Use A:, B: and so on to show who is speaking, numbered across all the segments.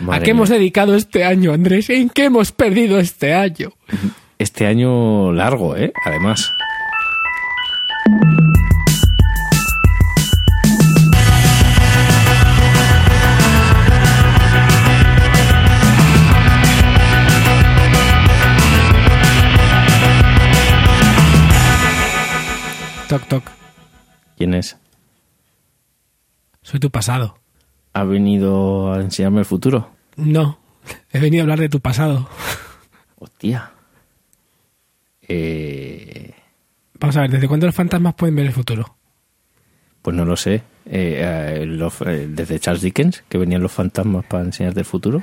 A: ¿A
B: Madre
A: qué hemos
B: mía.
A: dedicado este año, Andrés? ¿En qué hemos perdido este año?
B: Este año largo, ¿eh? Además.
A: Toc, toc.
B: ¿Quién es?
A: Soy tu pasado.
B: ¿Ha venido a enseñarme el futuro?
A: No, he venido a hablar de tu pasado.
B: Hostia. Eh,
A: Vamos a ver, ¿desde cuándo los fantasmas pueden ver el futuro?
B: pues no lo sé. Eh, eh, los- eh, desde Charles Dickens, que venían los fantasmas para enseñarte el futuro.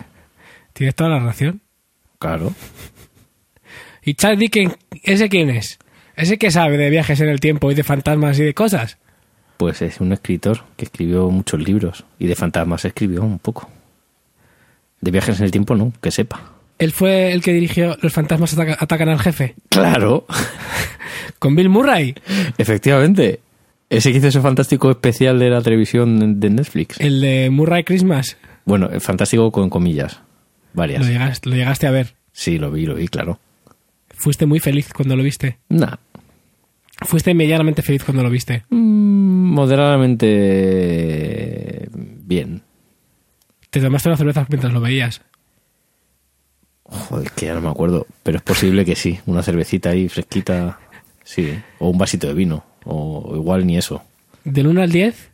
A: Tienes toda la razón.
B: Claro.
A: ¿Y Charles Dickens, ese quién es? ¿Ese que sabe de viajes en el tiempo y de fantasmas y de cosas?
B: Pues es un escritor que escribió muchos libros y de fantasmas escribió un poco. De viajes en el tiempo no, que sepa.
A: Él fue el que dirigió Los fantasmas ataca- atacan al jefe.
B: Claro,
A: Con Bill Murray,
B: efectivamente. Ese que hizo ese fantástico especial de la televisión de Netflix.
A: el de Murray Christmas.
B: Bueno, el fantástico con comillas.
A: Lo
B: Varias.
A: llegaste, lo llegaste a ver.
B: Sí, lo vi, lo vi, claro.
A: Fuiste muy feliz cuando lo viste.
B: Nah.
A: Fuiste medianamente feliz cuando lo viste.
B: Mm, moderadamente bien.
A: Te tomaste una cerveza mientras lo veías.
B: Joder, que ya no me acuerdo. Pero es posible que sí. Una cervecita ahí fresquita. Sí. O un vasito de vino. O igual ni eso.
A: Del 1 al 10,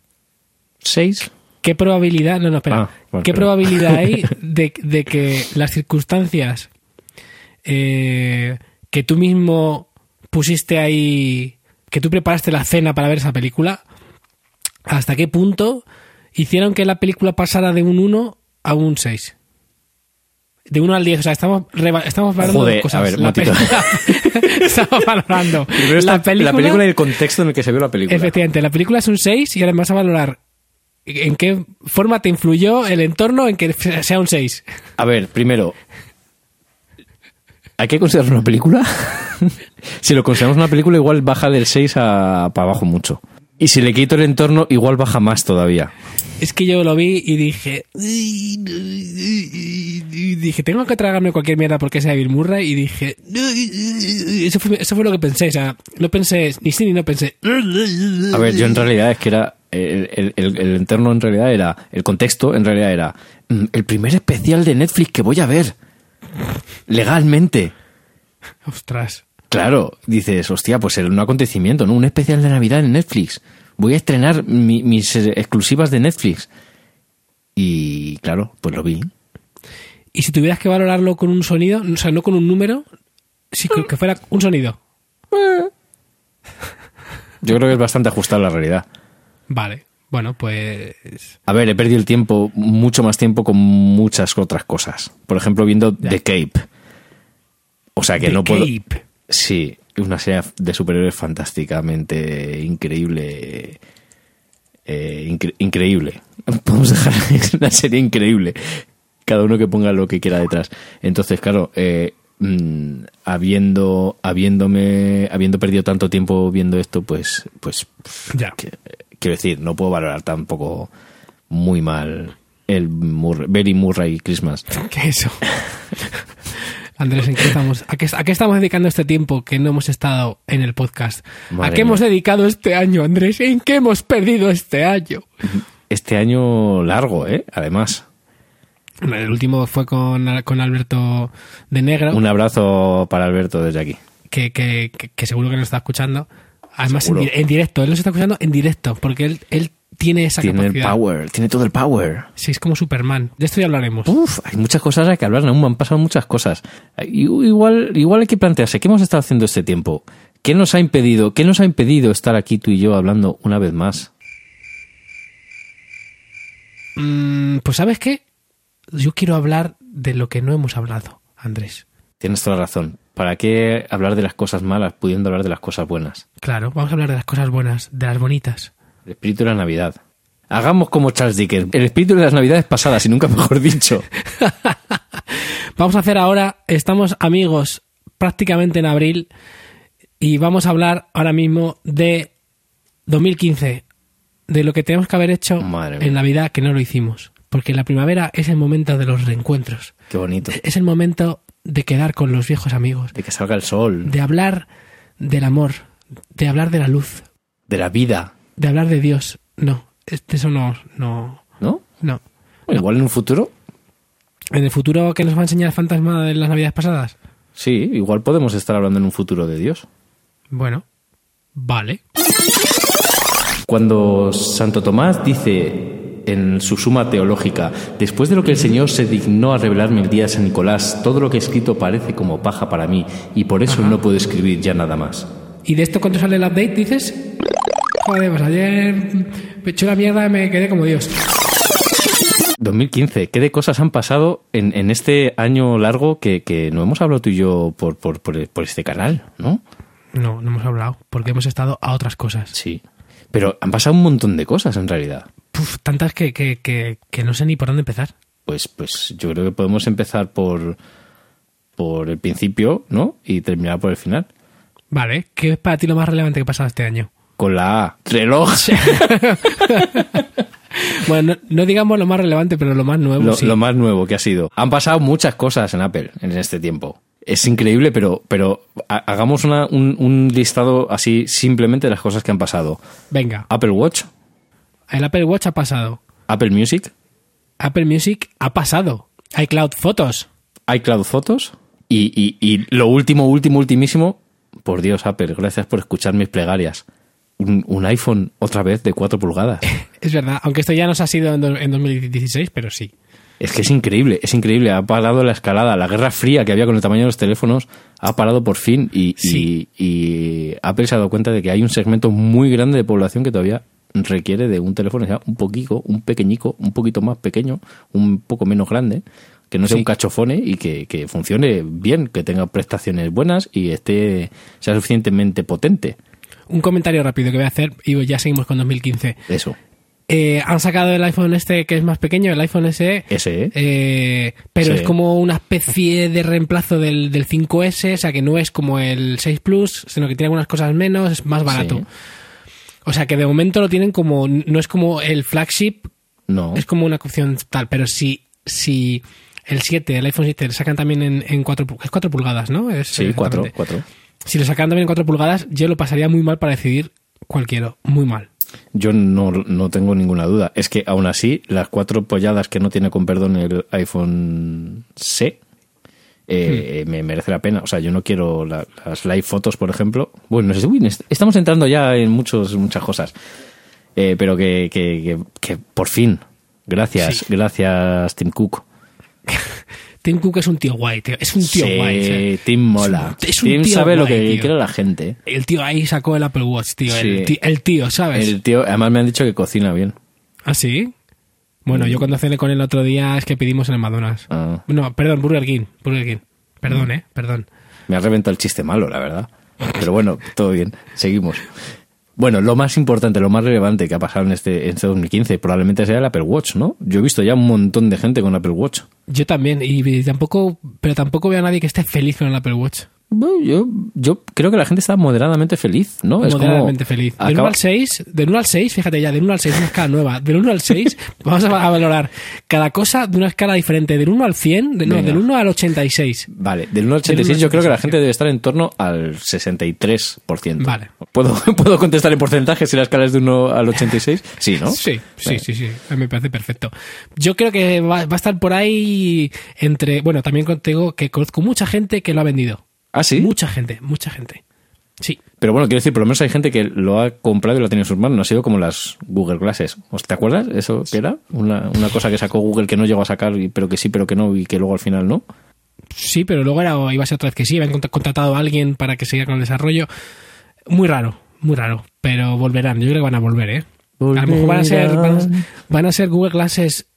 B: ¿Seis?
A: ¿qué probabilidad, no, no, espera,
B: Ah, bueno,
A: qué
B: espera.
A: probabilidad hay de, de que las circunstancias eh, que tú mismo pusiste ahí, que tú preparaste la cena para ver esa película, hasta qué punto hicieron que la película pasara de un 1 a un 6? De 1 al 10, o sea, estamos, reva- estamos valorando
B: Joder,
A: dos cosas.
B: a ver,
A: la
B: momentito.
A: pe- estamos valorando
B: Primero está
A: la película,
B: y el contexto en el que se vio la película.
A: Efectivamente, la película es un 6 y además a valorar en qué forma te influyó el entorno en que sea un 6.
B: A ver, primero. ¿Hay que considerar una película? si lo consideramos una película, igual baja del 6 a, para abajo mucho. Y si le quito el entorno, igual baja más todavía.
A: Es que yo lo vi y dije... "Ay, no, ay, ay, ay". Dije, tengo que tragarme cualquier mierda porque sea Bill Murray y dije... "No, ay, ay, ay". Eso fue, eso fue lo que pensé, o sea, no pensé ni sí ni no pensé... "Ay, ay, ay".
B: A ver, yo en realidad es que era. El, el- el- el entorno en realidad era. El contexto en realidad era. mm, El primer especial de Netflix que voy a ver. Legalmente.
A: Ostras.
B: Claro, dices, hostia, pues era un acontecimiento, ¿no? Un especial de Navidad en Netflix. Voy a estrenar mi- mis eh, exclusivas de Netflix. Y claro, pues lo vi.
A: Y si tuvieras que valorarlo con un sonido, o sea, no con un número, si que que fuera un sonido.
B: Yo creo que es bastante ajustado a la realidad.
A: Vale, bueno, pues...
B: A ver, he perdido el tiempo, mucho más tiempo con muchas otras cosas. Por ejemplo, viendo The Cape. O sea que
A: The
B: no puedo.
A: Cape.
B: Sí, una serie de superhéroes fantásticamente increíble. eh, incre- increíble. Podemos dejar es una serie increíble. Cada uno que ponga lo que quiera detrás. Entonces, claro, eh, mm, habiendo, habiéndome, habiendo perdido tanto tiempo viendo esto, pues, pues
A: Ya.
B: que- quiero decir, no puedo valorar tampoco muy mal el Murray, Berry Murray Christmas.
A: ¿Qué es eso? Andrés, ¿en qué estamos? ¿A qué, a qué estamos dedicando este tiempo que no hemos estado en el podcast? ¿A
B: Madre
A: qué hemos
B: mía.
A: dedicado este año, Andrés? ¿En qué hemos perdido este año?
B: Este año largo, ¿eh? Además.
A: Bueno, El último fue con, con Alberto de Negro,
B: Un abrazo para Alberto desde aquí.
A: que, que- que- que seguro que nos está escuchando. Además, en,
B: Seguro.
A: di- en directo. Él nos está escuchando en directo, porque él, él tiene esa
B: Tiene el
A: capacidad.
B: power, tiene todo el power.
A: Sí, es como Superman. De esto ya hablaremos.
B: Uf, hay muchas cosas a que hablar, aún me han pasado muchas cosas. Y- Igual, igual hay que plantearse, ¿qué hemos estado haciendo este tiempo? ¿Qué nos ha impedido? ¿Qué nos ha impedido estar aquí tú y yo hablando una vez más?
A: Mm, pues ¿sabes qué? Yo quiero hablar de lo que no hemos hablado, Andrés.
B: Tienes toda la razón. ¿Para qué hablar de las cosas malas pudiendo hablar de las cosas buenas?
A: Claro, vamos a hablar de las cosas buenas, de las bonitas.
B: El espíritu de la Navidad. Hagamos como Charles Dickens. El espíritu de las Navidades pasadas, y nunca mejor dicho.
A: Vamos a hacer ahora, estamos amigos prácticamente en abril y vamos a hablar ahora mismo de 2015, de lo que tenemos que haber hecho
B: Madre mía.
A: en Navidad que no lo hicimos. Porque la primavera es el momento de los reencuentros.
B: Qué bonito.
A: Es el momento de quedar con los viejos amigos,
B: De que salga el sol,
A: de hablar del amor, de hablar de la luz,
B: de la vida,
A: de hablar de Dios. No, este- eso no, no,
B: ¿no?
A: no.
B: Bueno, Igual en un futuro,
A: En el futuro que nos va a enseñar el fantasma de las navidades pasadas.
B: sí, igual podemos estar hablando en un futuro de Dios.
A: Bueno, vale.
B: Cuando Santo Tomás dice en su suma teológica, después de lo que el Señor se dignó a revelarme el día de San Nicolás, todo lo que he escrito parece como paja para mí y por eso no puedo escribir ya nada más.
A: ¿Y de esto cuánto sale el update, dices? Joder, pues ayer me echó la mierda y me quedé como Dios.
B: 2015, ¿qué de cosas han pasado en, en este año largo que, que no hemos hablado tú y yo por, por, por- por este canal, ¿no?
A: No, no hemos hablado, porque hemos estado a otras cosas.
B: Sí. Pero han pasado un montón de cosas en realidad.
A: Puf, tantas que, que, que, que no sé ni por dónde empezar.
B: Pues, pues yo creo que podemos empezar por, por el principio, ¿no? Y terminar por el final.
A: Vale, ¿qué es para ti lo más relevante que ha pasado este año?
B: Con la A. Reloj.
A: Bueno, no, no digamos lo más relevante, pero lo más nuevo.
B: lo,
A: sí.
B: lo más nuevo que ha sido. Han pasado muchas cosas en Apple en este tiempo. Es increíble, pero, pero ha- hagamos una- un, un listado así simplemente de las cosas que han pasado.
A: Venga,
B: Apple Watch,
A: el Apple Watch ha pasado.
B: Apple Music,
A: Apple Music ha pasado. iCloud Fotos.
B: iCloud Fotos y, y- y lo último, último, ultimísimo. Por Dios, Apple, gracias por escuchar mis plegarias. Un, un iPhone otra vez de 4 pulgadas.
A: Es verdad, aunque esto ya nos ha sido en, do- en 2016, pero sí.
B: Es que es increíble, es increíble. Ha parado la escalada, la guerra fría que había con el tamaño de los teléfonos ha parado por fin y,
A: Sí.
B: y- y Apple se ha dado cuenta de que hay un segmento muy grande de población que todavía requiere de un teléfono ya un poquito, un pequeñico, un poquito más pequeño, un poco menos grande, que no sea
A: Sí.
B: un cachofone y que, que funcione bien, que tenga prestaciones buenas y esté sea suficientemente potente.
A: Un comentario rápido que voy a hacer y ya seguimos con 2015.
B: Eso.
A: Eh, han sacado el iPhone este que es más pequeño, el iPhone SE.
B: Ese, ¿eh?
A: Eh, pero
B: Sí.
A: es como una especie de reemplazo del, del 5S, o sea que no es como el 6 Plus, sino que tiene algunas cosas menos, es más barato.
B: Sí.
A: O sea que de momento lo tienen como, no es como el flagship,
B: No.
A: es como una opción tal, pero si, si el 7, el iPhone 7, le sacan también en, en 4, es 4 pulgadas, ¿no? Es,
B: sí, cuatro,
A: exactamente.
B: cuatro.
A: Si lo sacan también en 4 pulgadas, yo lo pasaría muy mal para decidir cualquiera, muy mal.
B: Yo no, no tengo ninguna duda. Es que aún así, las cuatro polladas que no tiene con perdón el iPhone C eh,
A: Hmm.
B: me merece la pena. O sea, yo no quiero la- las live fotos, por ejemplo. Bueno, no sé, uy, est- estamos entrando ya en muchos, muchas cosas. Eh, pero que, que, que- que por fin. Gracias,
A: Sí.
B: gracias Tim Cook.
A: Tim Cook es un tío guay, tío. Es un tío
B: Sí,
A: guay. o sea.
B: Tim mola.
A: Es un- es un
B: Tim
A: tío
B: sabe lo
A: guay,
B: que
A: tío.
B: quiere la gente.
A: El tío ahí sacó el Apple Watch, tío.
B: Sí.
A: El, tío el tío, ¿sabes?
B: El tío, además me han dicho que cocina bien.
A: ¿Ah, sí? Bueno, yo cuando cené con él el otro día es que pedimos en el Madonas.
B: Ah. Mm.
A: No, perdón, Burger King. Burger King. Perdón, eh, perdón.
B: Me ha reventado el chiste malo, la verdad. Pero bueno, todo bien, seguimos. Bueno, lo más importante, lo más relevante que ha pasado en este, en este 2015 probablemente sea el Apple Watch, ¿no? Yo he visto ya un montón de gente con Apple Watch.
A: Yo también, y tampoco, pero tampoco veo a nadie que esté feliz con el Apple Watch.
B: Bueno, yo, yo creo que la gente está moderadamente feliz, ¿no? Es como-
A: Oh, Moderadamente feliz. Del 1
B: acaba-
A: al 6, del 1 al 6, fíjate ya, del 1 al 6, una escala nueva. Del 1 al 6, vamos a a valorar cada cosa de una escala diferente. Del 1 al 100, de- no,
B: Venga.
A: del 1 al 86.
B: Vale, del 1 al 86 yo creo que la gente debe estar en torno al 63%.
A: Vale.
B: ¿Puedo, ¿puedo contestar en porcentaje si la escala es de 1 al 86? Sí, ¿no?
A: Sí, sí,
B: Venga.
A: sí, sí, A mí me parece perfecto. Yo creo que va, va a estar por ahí entre, bueno, también contigo que conozco mucha gente que lo ha vendido.
B: Ah, sí.
A: Mucha gente, mucha gente. Sí.
B: Pero bueno, quiero decir, por lo menos hay gente que lo ha comprado y lo ha tenido en sus manos. No ha sido como las Google Glasses. ¿Os- ¿Te acuerdas eso que era? Una, una cosa que sacó Google que no llegó a sacar, y- pero que sí, pero que no, y que luego al final no.
A: Sí, pero luego era, iba a ser otra vez que sí, habían contra- contratado a alguien para que siga con el desarrollo. Muy raro, muy raro, pero volverán, yo creo que van a volver, ¿eh? A lo mejor van a ser, van a,
B: Volverán.
A: van a ser Google Glasses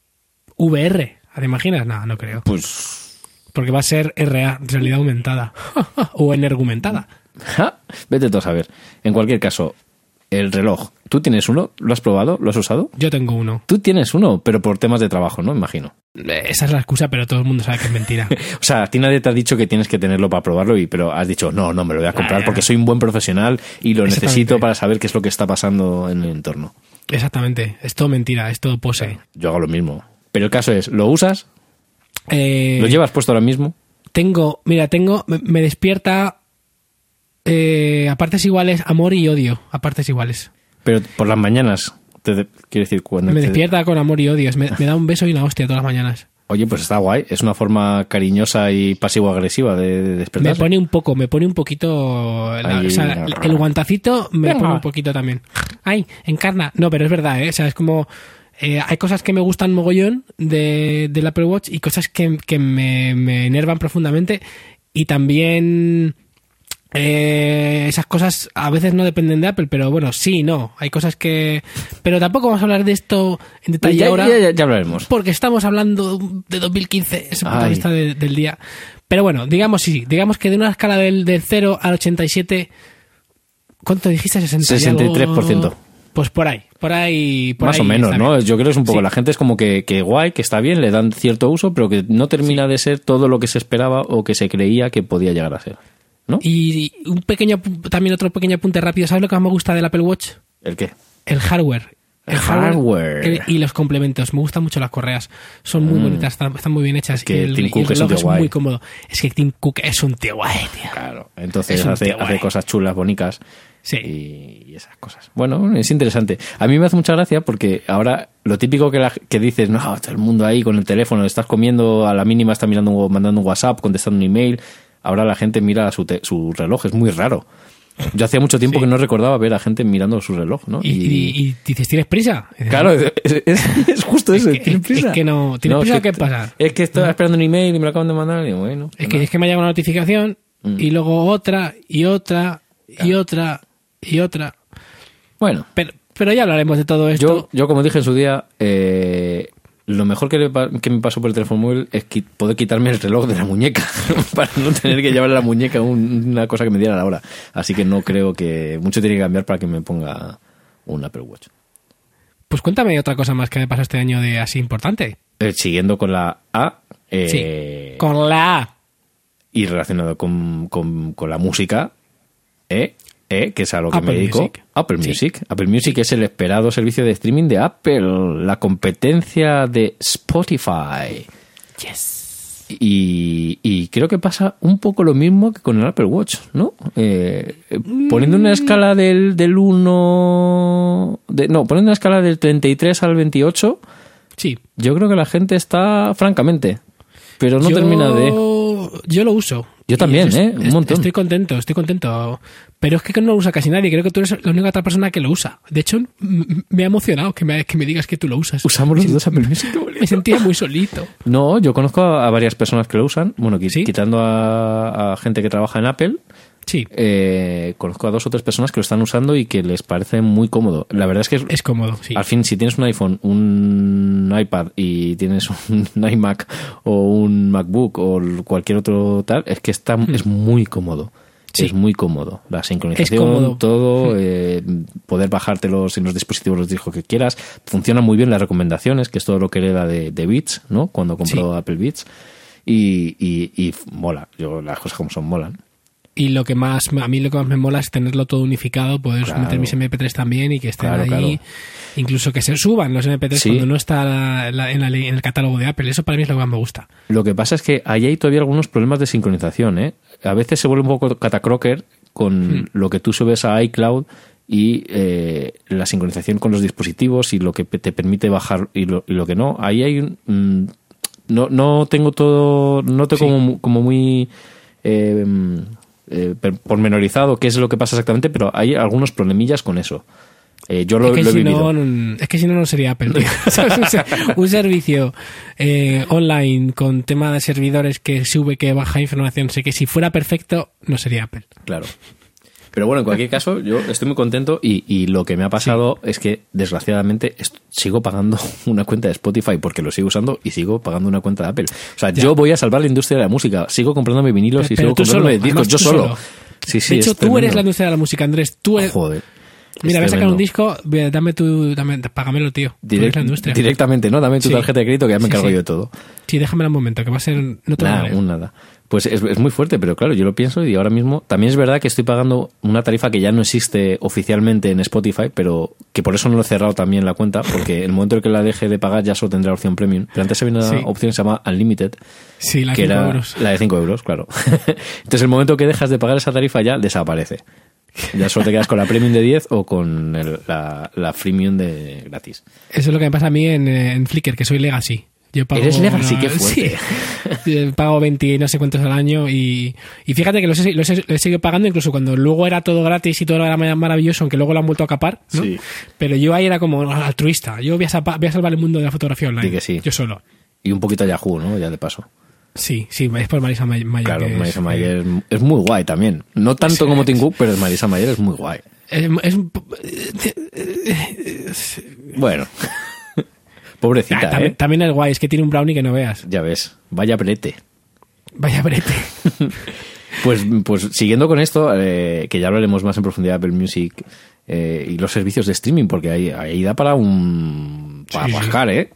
A: VR, ¿te imaginas? No, no creo.
B: Pues...
A: Porque va a ser RA, realidad aumentada, o en argumentada.
B: ja, Vete tú a saber. En cualquier caso, el reloj. ¿Tú tienes uno? ¿Lo has probado? ¿Lo has usado?
A: Yo tengo uno.
B: Tú tienes uno, pero por temas de trabajo, ¿no? Imagino.
A: Esa es la excusa, pero todo el mundo sabe que es mentira.
B: O sea, a ti nadie te ha dicho que tienes que tenerlo para probarlo, y, pero has dicho, no, no, me lo voy a comprar
A: ya.
B: porque soy un buen profesional y lo
A: Exactamente.
B: necesito para saber qué es lo que está pasando en el entorno.
A: Exactamente, es todo mentira, es todo pose.
B: Yo hago lo mismo. Pero el caso es, ¿lo usas?
A: Eh,
B: ¿Lo llevas puesto ahora mismo?
A: Tengo, mira, tengo, me, me despierta eh, a partes iguales amor y odio, a partes iguales.
B: Pero por las mañanas, te de- quiero decir, cuando...
A: me
B: te-
A: despierta con amor y odio, me, me da un beso y una hostia todas las mañanas.
B: Oye, pues está guay. Es una forma cariñosa y pasivo-agresiva de, de
A: Me
B: despertarse.
A: pone un poco, me pone un poquito. la-
B: Ahí.
A: o sea, el guantacito me
B: Venga.
A: pone un poquito también. Ay, encarna. No, pero es verdad, ¿eh? O sea, es como. eh, hay cosas que me gustan mogollón de, del Apple Watch y cosas que, que me, me enervan profundamente. Y también. eh, esas cosas a veces no dependen de Apple, pero bueno, sí, no. Hay cosas que. Pero tampoco vamos a hablar de esto en detalle
B: Ya,
A: ahora.
B: ya- ya- ya hablaremos.
A: Porque estamos hablando de 2015, es la
B: Ay.
A: lista de- del día. Pero bueno, digamos sí, digamos que de una escala del, del 0 al 87, ¿cuánto dijiste? 60 y algo?
B: 63%.
A: Pues por ahí, por ahí. por
B: Más o
A: ahí
B: menos,
A: está
B: ¿no?
A: bien.
B: Yo creo que es un poco.
A: Sí.
B: La gente es como que, que guay, que está bien, le dan cierto uso, pero que no termina de ser todo lo que se esperaba o que se creía que podía llegar a ser. ¿No?
A: Y un pequeño, apu- también otro pequeño apunte rápido. ¿Sabes lo que más me gusta del Apple Watch?
B: ¿El qué?
A: El hardware.
B: El hardware. Mm.
A: el- y los complementos. Me gustan mucho las correas. Son muy bonitas, están, están muy bien hechas.
B: que
A: y el,
B: Tim
A: y el
B: Cook es un
A: reloj
B: tío
A: es
B: guay.
A: muy cómodo. Es que Tim Cook es un tío guay, tío.
B: Claro. Entonces
A: Es un
B: hace,
A: tío guay.
B: hace cosas chulas, bonitas.
A: Sí.
B: Y, y esas cosas. Bueno, es interesante. A mí me hace mucha gracia porque ahora lo típico que, la- que dices, no, todo el mundo ahí con el teléfono, estás comiendo, a la mínima está mirando, un- mandando un WhatsApp, contestando un email. Ahora la gente mira su, te- su reloj, es muy raro. Yo hacía mucho tiempo que no recordaba ver a gente mirando su reloj, ¿no?
A: Y, y- y dices, ¿tienes prisa? Y dices,
B: Claro, es, es- es justo eso.
A: que-
B: ¿Tienes
A: es-
B: prisa?
A: es que no- ¿tienes prisa o qué pasa?
B: Es que estaba esperando un email y me lo acaban de mandar y bueno.
A: Es que, es que me ha llegado una notificación
B: Mm.
A: y luego otra y otra y otra y otra.
B: Bueno.
A: Pero, pero ya hablaremos de todo esto.
B: Yo, yo como dije en su día, eh, lo mejor que, le pa- que me pasó por el teléfono móvil es qui- poder quitarme el reloj de la muñeca para no tener que llevar a la muñeca un- una cosa que me diera la hora. Así que no creo que mucho tiene que cambiar para que me ponga un Apple Watch.
A: Pues cuéntame otra cosa más que me pasó este año de así importante.
B: Eh, siguiendo con la A eh,
A: sí. Con la A.
B: y relacionado con, con- con la música, eh, eh, que es a lo que
A: Apple
B: me dedico.
A: Music.
B: Apple
A: Sí.
B: Music. Apple Music es el esperado servicio de streaming de Apple, la competencia de Spotify.
A: Yes.
B: Y, y creo que pasa un poco lo mismo que con el Apple Watch, ¿no? Eh, eh, poniendo
A: Mm.
B: una escala del, del 1... de- no, poniendo una escala del 33 al 28,
A: Sí.
B: yo creo que la gente está, francamente, pero no termina de...
A: Yo lo uso.
B: Yo
A: Y
B: también,
A: es-
B: ¿eh?
A: es-
B: Un montón.
A: Estoy contento, estoy contento. Pero es que no lo usa casi nadie. Creo que tú eres la única otra persona que lo usa. De hecho, m- m- me ha emocionado que me, que me digas que tú lo usas.
B: Usamos los dos Apple Music.
A: Me sentía muy solito.
B: No, yo conozco a, a varias personas que lo usan, bueno, qui-
A: ¿Sí?
B: quitando a, a gente que trabaja en Apple.
A: Sí,
B: eh, conozco a dos o tres personas que lo están usando y que les parece muy cómodo. La verdad es que es-
A: es cómodo. Sí.
B: Al fin, si tienes un iPhone, un iPad y tienes un iMac o un MacBook o l- cualquier otro tal, es que está, es muy cómodo.
A: Hmm. Sí.
B: Es muy cómodo. La sincronización,
A: cómodo. Hmm.
B: todo, eh, poder bajártelos en los dispositivos los discos que quieras. Funcionan muy bien las recomendaciones, que es todo lo que hereda de, de Beats, ¿no? Cuando compró Apple Beats. Y, y, y f- mola. Yo, las cosas como son, molan.
A: Y lo que más, a mí lo que más me mola es tenerlo todo unificado, poder
B: Claro.
A: meter mis MP3 también y que estén
B: Claro,
A: ahí.
B: claro.
A: Incluso que se suban los MP3
B: Sí.
A: cuando no está la- la- en, la ley- en el catálogo de Apple. Eso para mí es lo que más me gusta.
B: Lo que pasa es que ahí hay todavía algunos problemas de sincronización, ¿eh? A veces se vuelve un poco catacroker
A: Hmm.
B: con lo que tú subes a iCloud y eh, la sincronización con los dispositivos y lo que pe- te permite bajar y lo, y lo que no. Ahí hay un... mm, no, no tengo todo... No tengo
A: Sí.
B: como, mu- como muy... eh, mm, eh, per- pormenorizado qué es lo que pasa exactamente, pero hay algunos problemillas con eso. Eh, yo lo,
A: es, que
B: lo he
A: si
B: vivido.
A: no, no- es que si no, no sería Apple. tío. O sea, es un, ser- un servicio eh, online con tema de servidores que sube, que baja información. Sé que si fuera perfecto, no sería Apple.
B: Claro. Pero bueno, en cualquier caso, yo estoy muy contento y, y lo que me ha pasado es que, desgraciadamente, est- sigo pagando una cuenta de Spotify porque lo sigo usando y sigo pagando una cuenta de Apple. O sea, yo voy a salvar la industria de la música. Sigo comprándome vinilos
A: Pero-
B: y
A: pero
B: sigo
A: tú
B: comprándome
A: solo,
B: discos
A: además
B: yo
A: tú
B: solo.
A: solo.
B: Sí, sí,
A: de hecho,
B: es
A: tú eres la
B: tremendo.
A: industria de la música, Andrés. Tú eres-
B: Joder.
A: Mira, voy a sacar
B: tremendo.
A: un disco, ve, dame tu, dame, págamelo, tío. Porque
B: Direct-
A: es la industria.
B: Directamente, ¿no? Dame tu
A: Sí.
B: tarjeta de crédito que ya me
A: Sí,
B: encargo
A: sí.
B: yo de todo.
A: Sí, déjamela un momento, que va a ser... No te lo
B: Nada,
A: daré.
B: un nada. Pues es, es muy fuerte, pero claro, yo lo pienso y ahora mismo también es verdad que estoy pagando una tarifa que ya no existe oficialmente en Spotify, pero que por eso no lo he cerrado también la cuenta, porque el momento en que la deje de pagar ya solo tendrá opción premium. Pero antes había una
A: Sí.
B: opción que se llama Unlimited,
A: Sí, la
B: que
A: 5
B: era
A: euros.
B: la de 5 euros, claro. Entonces el momento que dejas de pagar esa tarifa ya desaparece. Ya solo te quedas con la premium de 10 o con el- la, la freemium de gratis.
A: Eso es lo que me pasa a mí en, eh, en Flickr, que soy Legacy. Yo pago
B: Eres Legacy,
A: una-
B: qué fuerte.
A: Sí. Eh, pago 20 y no sé cuántos al año y, y fíjate que los he, los he- los he seguido pagando incluso cuando luego era todo gratis y todo era ma- maravilloso, aunque luego lo han vuelto a capar. ¿no?
B: Sí.
A: Pero yo ahí era como altruista. Yo voy a, sapa- voy a salvar el mundo de la fotografía online.
B: Di que sí.
A: Yo solo.
B: Y un poquito a Yahoo, ¿no? Ya de paso.
A: Sí, sí, es por Marisa May- Mayer.
B: Claro,
A: que es-
B: Marisa Mayer es, es muy guay también. No tanto
A: Sí,
B: como
A: es.
B: Tim Cook, pero Marisa Mayer es muy guay.
A: Es, es un po- eh,
B: Bueno.
A: Ah,
B: Pobrecita,
A: también,
B: ¿eh?
A: también es guay, es que tiene un brownie que no veas.
B: Ya ves. Vaya prete.
A: Vaya brete.
B: Pues, pues siguiendo con esto, eh, que ya hablaremos más en profundidad de Apple Music eh, y los servicios de streaming, porque ahí, ahí da para un... para
A: Sí, sí.
B: rascar, ¿eh?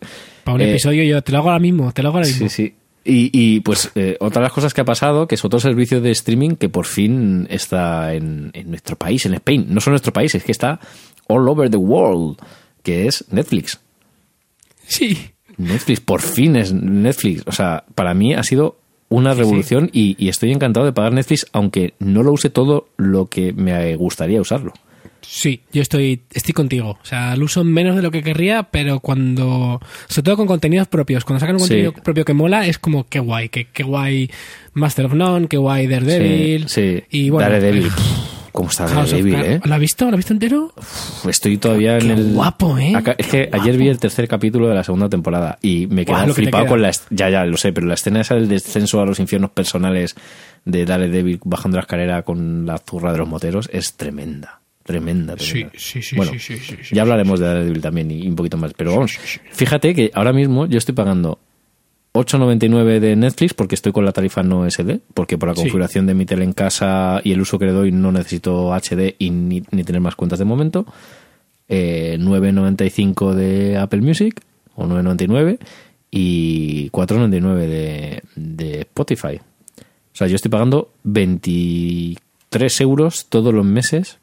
A: Para un
B: Eh,
A: episodio yo te lo hago ahora mismo, te lo hago ahora mismo.
B: Sí, sí. Y, y, pues eh, otra de las cosas que ha pasado, que es otro servicio de streaming que por fin está en, en nuestro país, en España. No solo en nuestro país, es que está all over the world, que es Netflix.
A: sí.
B: Netflix, por fin es Netflix. O sea, para mí ha sido una revolución y- Y, estoy encantado de pagar Netflix, aunque no lo use todo lo que me gustaría usarlo.
A: Sí, yo estoy, estoy contigo. O sea, lo uso menos de lo que querría, pero cuando. Sobre todo con contenidos propios. Cuando sacan un
B: Sí.
A: contenido propio que mola, es como qué guay, qué, qué guay Master of None, qué guy Daredevil.
B: sí.
A: Y bueno,
B: Daredevil.
A: eh,
B: Pff, ¿Cómo está
A: House of
B: Daredevil,
A: Cards.
B: eh?
A: ¿Lo has visto? ¿Lo has visto entero?
B: Uf, Estoy todavía
A: Qué
B: en el.
A: guapo, ¿eh?
B: Acá- es que ayer vi el tercer capítulo de la segunda temporada y me he
A: Guau,
B: quedado
A: lo que te
B: flipado
A: queda.
B: con la. est- Ya, ya, lo sé, pero la escena esa del descenso a los infiernos personales de Daredevil bajando la escalera con la zurra de los moteros es tremenda. Tremenda, tremenda.
A: Sí, sí, sí,
B: eh, Bueno,
A: sí, sí, sí, sí,
B: Ya hablaremos de Daredevil también y, y un poquito más. Pero vamos, fíjate que ahora mismo yo estoy pagando 8.99 de Netflix porque estoy con la tarifa no SD, porque por la
A: Sí.
B: configuración de mi tele en casa y el uso que le doy no necesito HD y ni, ni tener más cuentas de momento. Eh, 9.95 de Apple Music o 9.99 y 4.99 de, de Spotify. O sea, yo estoy pagando 23 euros todos los meses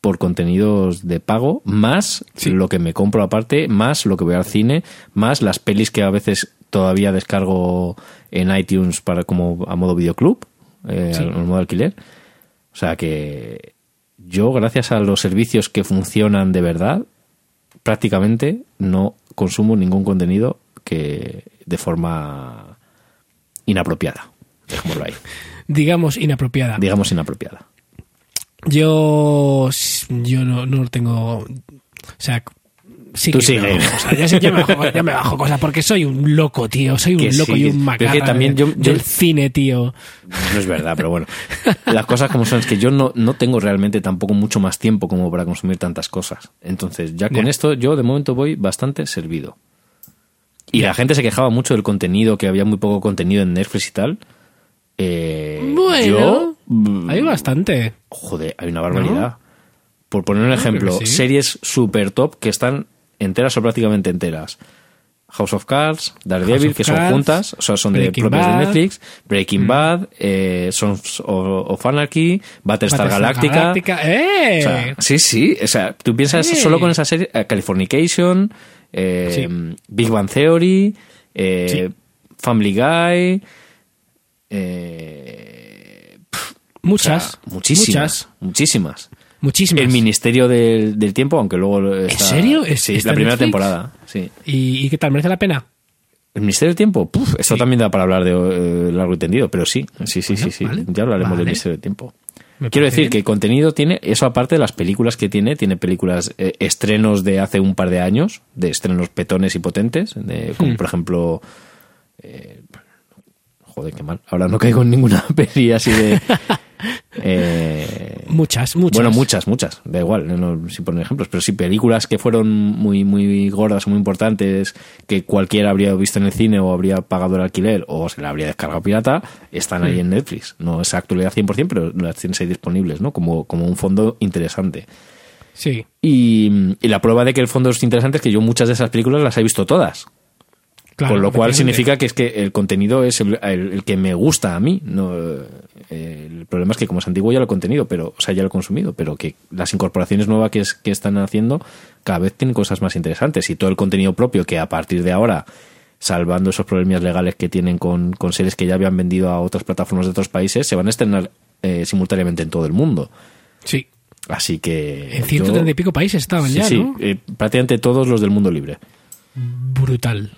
B: por contenidos de pago, más
A: Sí.
B: lo que me compro aparte, más lo que voy al cine, más las pelis que a veces todavía descargo en iTunes para como a modo videoclub, eh,
A: Sí.
B: al- al modo alquiler. O sea que yo, gracias a los servicios que funcionan de verdad, prácticamente no consumo ningún contenido que de forma inapropiada. Dejémoslo ahí.
A: Digamos inapropiada.
B: Digamos inapropiada.
A: Yo. Yo no, no lo tengo. O sea. Sí
B: Tú
A: que me
B: sigue.
A: bajo cosas. Yo sí que me bajo, yo me bajo cosas porque soy un loco, tío. Soy un
B: Que
A: loco
B: sí,
A: y
B: que-
A: un
B: pero es que
A: macarra
B: también
A: de-
B: yo- yo-
A: del cine, tío.
B: No es verdad, pero bueno. Las cosas como son, es que yo no, no tengo realmente tampoco mucho más tiempo como para consumir tantas cosas. Entonces, ya con
A: Ya.
B: esto, yo de momento voy bastante servido. Y la gente se quejaba mucho del contenido, que había muy poco contenido en Netflix y tal. Eh,
A: Bueno,
B: yo, mm,
A: hay bastante.
B: joder, hay una barbaridad. Por poner un
A: creo que
B: ejemplo,
A: sí.
B: series super top que están enteras o prácticamente enteras. House of Cards,
A: House
B: Daredevil,
A: of
B: que son
A: Cards,
B: juntas, o sea, son de
A: Breaking
B: propias
A: Bad. Mm.
B: de Netflix, Breaking Bad, eh, Sons of of Anarchy, Battlestar, Galactica.
A: ¡Eh!
B: O sea, sí, sí, o sea, tú piensas
A: Sí.
B: solo con esa serie, eh, Californication, eh,
A: Sí.
B: Big Bang Theory, eh, Family Guy, eh,
A: muchas.
B: o sea, muchísimas,
A: Muchas.
B: muchísimas.
A: Muchísimas.
B: El Ministerio del, del Tiempo, aunque luego. está-
A: serio? ¿Es-
B: sí,
A: está
B: la
A: en
B: primera
A: Netflix?
B: temporada. Sí.
A: ¿Y, y qué tal? ¿Merece la pena?
B: El Ministerio del Tiempo, puf, eso también da para hablar de eh, largo y tendido, pero sí, sí, sí, sí, sí.
A: vale,
B: ya hablaremos del
A: vale.
B: Ministerio del Tiempo.
A: Me
B: Quiero
A: parece
B: decir
A: bien.
B: que el contenido tiene, eso aparte de las películas que tiene, tiene películas, eh, estrenos de hace un par de años, de estrenos petones y potentes, de-
A: Hmm.
B: como por ejemplo... eh, joder, qué mal. Ahora no caigo en ninguna peli así de... eh,
A: Muchas, muchas.
B: bueno, muchas, muchas. Da igual, no, no- si poner ejemplos, pero sí películas que fueron muy, muy gordas o muy importantes, que cualquiera habría visto en el cine o habría pagado el alquiler o se la habría descargado pirata, están ahí en Netflix. No es actualidad 100%, pero las tienes ahí disponibles, ¿no? Como, como un fondo interesante.
A: Sí.
B: Y, y la prueba de que el fondo es interesante es que yo muchas de esas películas las he visto todas.
A: Claro,
B: con lo cual
A: efectivamente.
B: significa que es que el contenido es el, el- el que me gusta a mí. No, eh, el problema es que como es antiguo ya lo he contenido, pero, o sea, ya lo he consumido, pero que las incorporaciones nuevas que, es- que están haciendo cada vez tienen cosas más interesantes y todo el contenido propio que a partir de ahora, salvando esos problemas legales que tienen con, con series que ya habían vendido a otras plataformas de otros países, se van a estrenar eh, simultáneamente en todo el mundo.
A: Sí.
B: Así que...
A: En
B: yo-
A: 130 y pico países estaban
B: Sí,
A: ya,
B: sí,
A: ¿no?
B: eh, prácticamente todos los del mundo libre.
A: Brutal.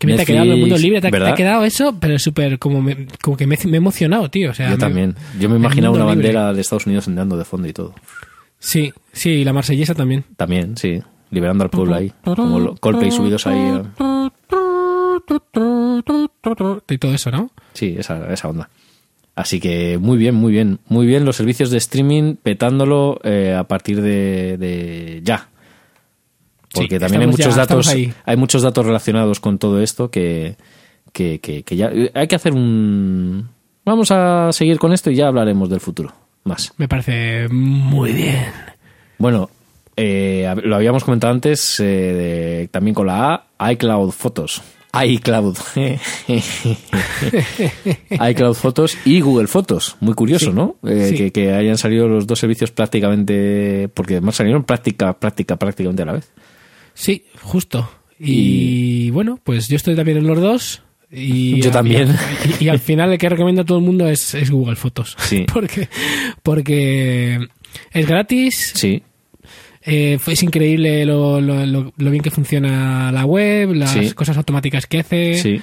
A: Que me
B: Netflix,
A: te ha quedado el mundo libre, te, ha- te
B: ¿verdad?
A: ha quedado eso, pero súper como, me- como que me, me he emocionado, tío. O sea,
B: Yo
A: me-
B: también. Yo me
A: el
B: imaginaba una
A: mundo libre.
B: bandera de Estados Unidos andando de fondo y todo.
A: Sí, sí, y la marsellesa también.
B: También, sí. Liberando al pueblo ahí. Como lo- Coldplay subidos ahí. eh.
A: Y todo eso, ¿no?
B: Sí, esa, esa onda. Así que muy bien, muy bien. Muy bien los servicios de streaming petándolo eh, a partir de, de ya. Porque
A: Sí,
B: también hay
A: estamos
B: muchos
A: ya-
B: datos
A: estamos ahí.
B: hay muchos datos relacionados con todo esto que, que, que- que ya... eh, Hay que hacer un... Vamos a seguir con esto y ya hablaremos del futuro. Más.
A: Me parece muy bien.
B: Bueno, eh, hab- lo habíamos comentado antes eh, de- también con la A, iCloud Fotos. iCloud. iCloud Fotos y Google Fotos. Muy curioso,
A: Sí,
B: ¿no? Eh,
A: sí.
B: Que, que hayan salido los dos servicios prácticamente, porque además salieron práctica, práctica, prácticamente a la vez.
A: Sí, justo. Y, bueno, pues yo estoy también en los dos. Y
B: Yo también.
A: Y, y al final el que recomiendo a todo el mundo es, es Google Fotos.
B: Sí.
A: Porque, porque es gratis,
B: Sí,
A: Eh, fue- es increíble lo, lo- lo- lo bien que funciona la web, las
B: Sí.
A: cosas automáticas que hace.
B: sí.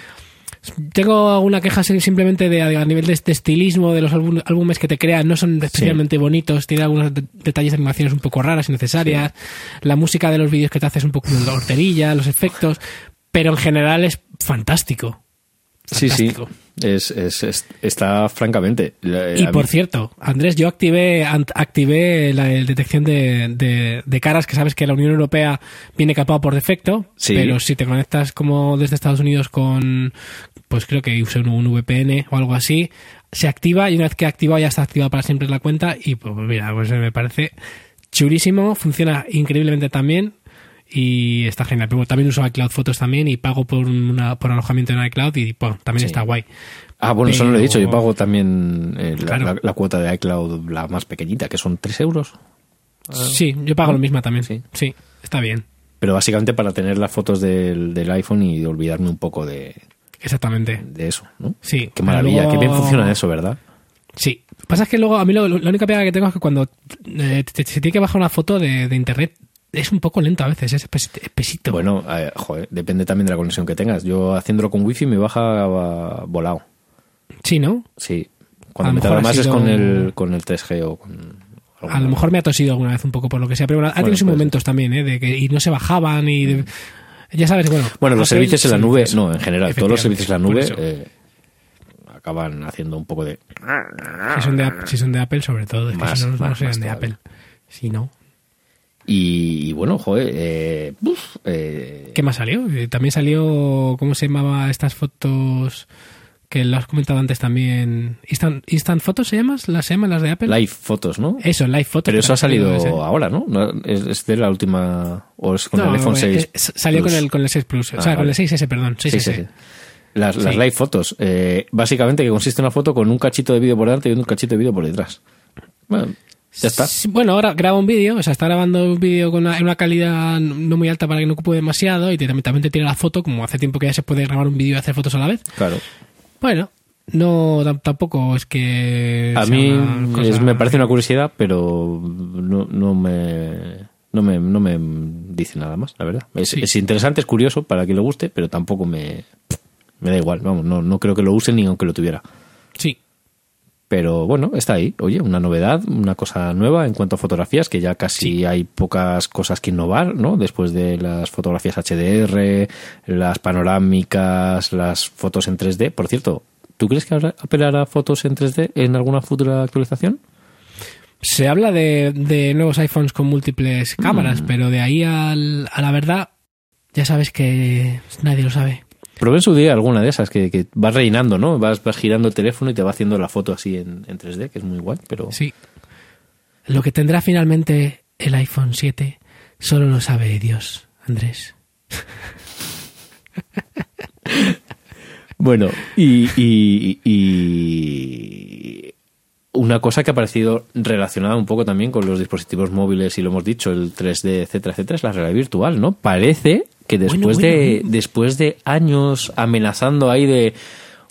A: Tengo alguna queja sim- simplemente de, a nivel de, este estilismo de los álbum- álbumes que te crean. No son especialmente bonitos, tiene algunos de- detalles de animaciones un poco raras, innecesarias. La música de los vídeos que te hace es un poco una horterilla, los efectos. Pero en general es fantástico.
B: Sí, sí.
A: Fantástico.
B: Es, es- es- está francamente. la-
A: Y
B: eh, a
A: por
B: mí-
A: cierto, Andrés, yo activé, ant- activé la detección de, de- de caras, que sabes que la Unión Europea viene capado por defecto,
B: Sí.
A: pero si te conectas como desde Estados Unidos con, pues creo que usé un, un VPN o algo así, se activa y una vez que activado ya está activado para siempre la cuenta y pues mira, pues me parece chulísimo, funciona increíblemente también. Y está genial. Pero también uso iCloud Fotos también y pago por, una, por alojamiento en iCloud y bueno, también
B: Sí.
A: está guay.
B: Ah, bueno, eso no lo he dicho. Yo
A: Pero-
B: pago también eh, la,
A: Claro.
B: la- la cuota de iCloud, la más pequeñita, que son 3 euros.
A: Sí, yo pago lo mismo también.
B: Ah. Sí.
A: Sí. está bien.
B: Pero básicamente para tener las fotos del, del iPhone y olvidarme un poco de,
A: Exactamente.
B: de eso, ¿no?
A: Sí.
B: Qué maravilla,
A: Luego-
B: qué bien funciona eso, ¿verdad?
A: Sí. Lo que Pasa es que luego, a mí lo- lo- la única pega que tengo es que cuando eh, te- te- se tiene que bajar una foto de, de internet es un poco lento a veces, es espes- espesito.
B: Bueno, eh, joder, depende también de la conexión que tengas. Yo haciéndolo con wifi me baja ah, volado.
A: Sí, ¿no?
B: Sí.
A: A
B: Cuando
A: lo
B: me tarda
A: mejor ha
B: más es
A: sido-
B: con el, con el 3G o con...
A: A lo mejor me ha tosido alguna vez un poco por lo que sea, pero bueno, ha tenido sus
B: puede ser. Mm.
A: momentos también, ¿eh? De que y no se bajaban y... de- ya sabes, bueno...
B: Bueno, los
A: Apple-
B: servicios en la nube, no, en general, todos los
A: Efectivamente,
B: servicios en la nube
A: por eso.
B: eh, acaban haciendo un poco de...
A: Si son de, App- si son de Apple, sobre todo, es que
B: Más,
A: si no, no
B: más,
A: sean
B: más
A: de
B: todavía.
A: Apple. Si no...
B: Y, y bueno, joder, eh, buf, eh,
A: ¿Qué más salió? Eh, También salió, ¿cómo se llamaba estas fotos que lo has comentado antes también? ¿Instant, Instant Photos se llamas? ¿Las se llaman las de Apple?
B: live fotos, ¿no?
A: Eso, Live Photos.
B: Pero eso ha
A: ese.
B: salido ahora, ¿no? No, Es, es de la última. O es con
A: No,
B: el iPhone
A: eh,
B: 6.
A: eh, salió
B: Plus.
A: con el, con el 6 Plus,
B: Ah,
A: o sea, con
B: vale.
A: el 6S, perdón, 6S.
B: Sí, sí, sí. Las, las
A: Sí.
B: live fotos. eh, básicamente que consiste en una foto con un cachito de vídeo por delante y un cachito de vídeo por detrás. Bueno, ya está.
A: Sí, Bueno, ahora graba un vídeo, o sea, está grabando un vídeo con una, en una calidad no muy alta para que no ocupe demasiado y te- también te tira la foto, como hace tiempo que ya se puede grabar un vídeo y hacer fotos a la vez.
B: Claro.
A: Bueno, no, tam- tampoco es que...
B: A
A: sea
B: mí
A: una cosa-
B: es- me parece una curiosidad, pero no, no me. No me, no me dice nada más, la verdad. Es,
A: Sí.
B: es interesante, es curioso para quien le guste, pero tampoco me, me da igual. Vamos, no, no creo que lo use ni aunque lo tuviera.
A: Sí,
B: Pero bueno, está ahí. Oye, una novedad, una cosa nueva en cuanto a fotografías, que ya casi hay pocas cosas que innovar, ¿no? Después de las fotografías HDR, las panorámicas, las fotos en 3D. Por cierto, ¿tú crees que habrá- Apple hará fotos en 3D en alguna futura actualización?
A: Se habla de, de nuevos iPhones con múltiples cámaras, pero de ahí al- a la verdad, ya sabes que nadie lo sabe.
B: Probé en su día alguna de esas que, que vas rellenando, ¿no? Vas, vas girando el teléfono y te va haciendo la foto así en, en 3D, que es muy guay, pero...
A: Sí. Lo que tendrá finalmente el iPhone 7 solo lo sabe Dios, Andrés.
B: Bueno, y, y- y una cosa que ha parecido relacionada un poco también con los dispositivos móviles, y lo hemos dicho, el 3D, etcétera, etcétera, es la realidad virtual, ¿no? Parece que después,
A: Bueno, bueno,
B: de,
A: bueno.
B: después de años amenazando ahí de...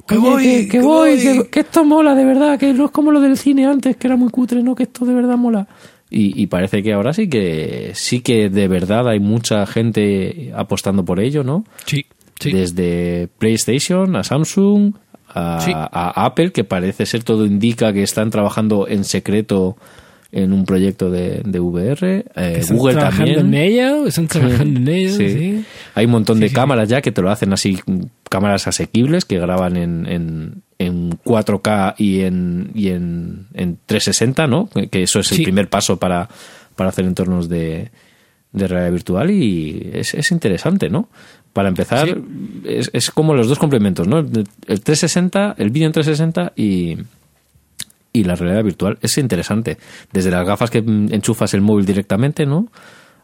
A: Que
B: "Oye,
A: voy,
B: que, que
A: que
B: voy,
A: voy".
B: que- que esto mola de verdad, que no es como lo del cine antes, que era muy cutre, no, que esto de verdad mola. Y, y parece que ahora sí que sí que de verdad hay mucha gente apostando por ello, ¿no?
A: Sí,
B: desde PlayStation a Samsung a,
A: Sí.
B: a Apple, que parece ser todo indica que están trabajando en secreto en un proyecto de, de VR, eh,
A: Están
B: Google
A: trabajando en
B: también.
A: ello, están trabajando en ello,
B: Sí.
A: sí.
B: Hay un montón de cámaras ya que te lo hacen así, mm, cámaras asequibles que graban en, en, en 4K y en, y en, en 360, ¿no? Que- Que eso es el
A: Sí.
B: primer paso para, para hacer entornos de, de realidad virtual y es, es interesante, ¿no? Para empezar, es, es como los dos complementos, ¿no? El, el 360, el vídeo en 360 y, y la realidad virtual. Es interesante. Desde las gafas que mm, enchufas el móvil directamente, ¿no?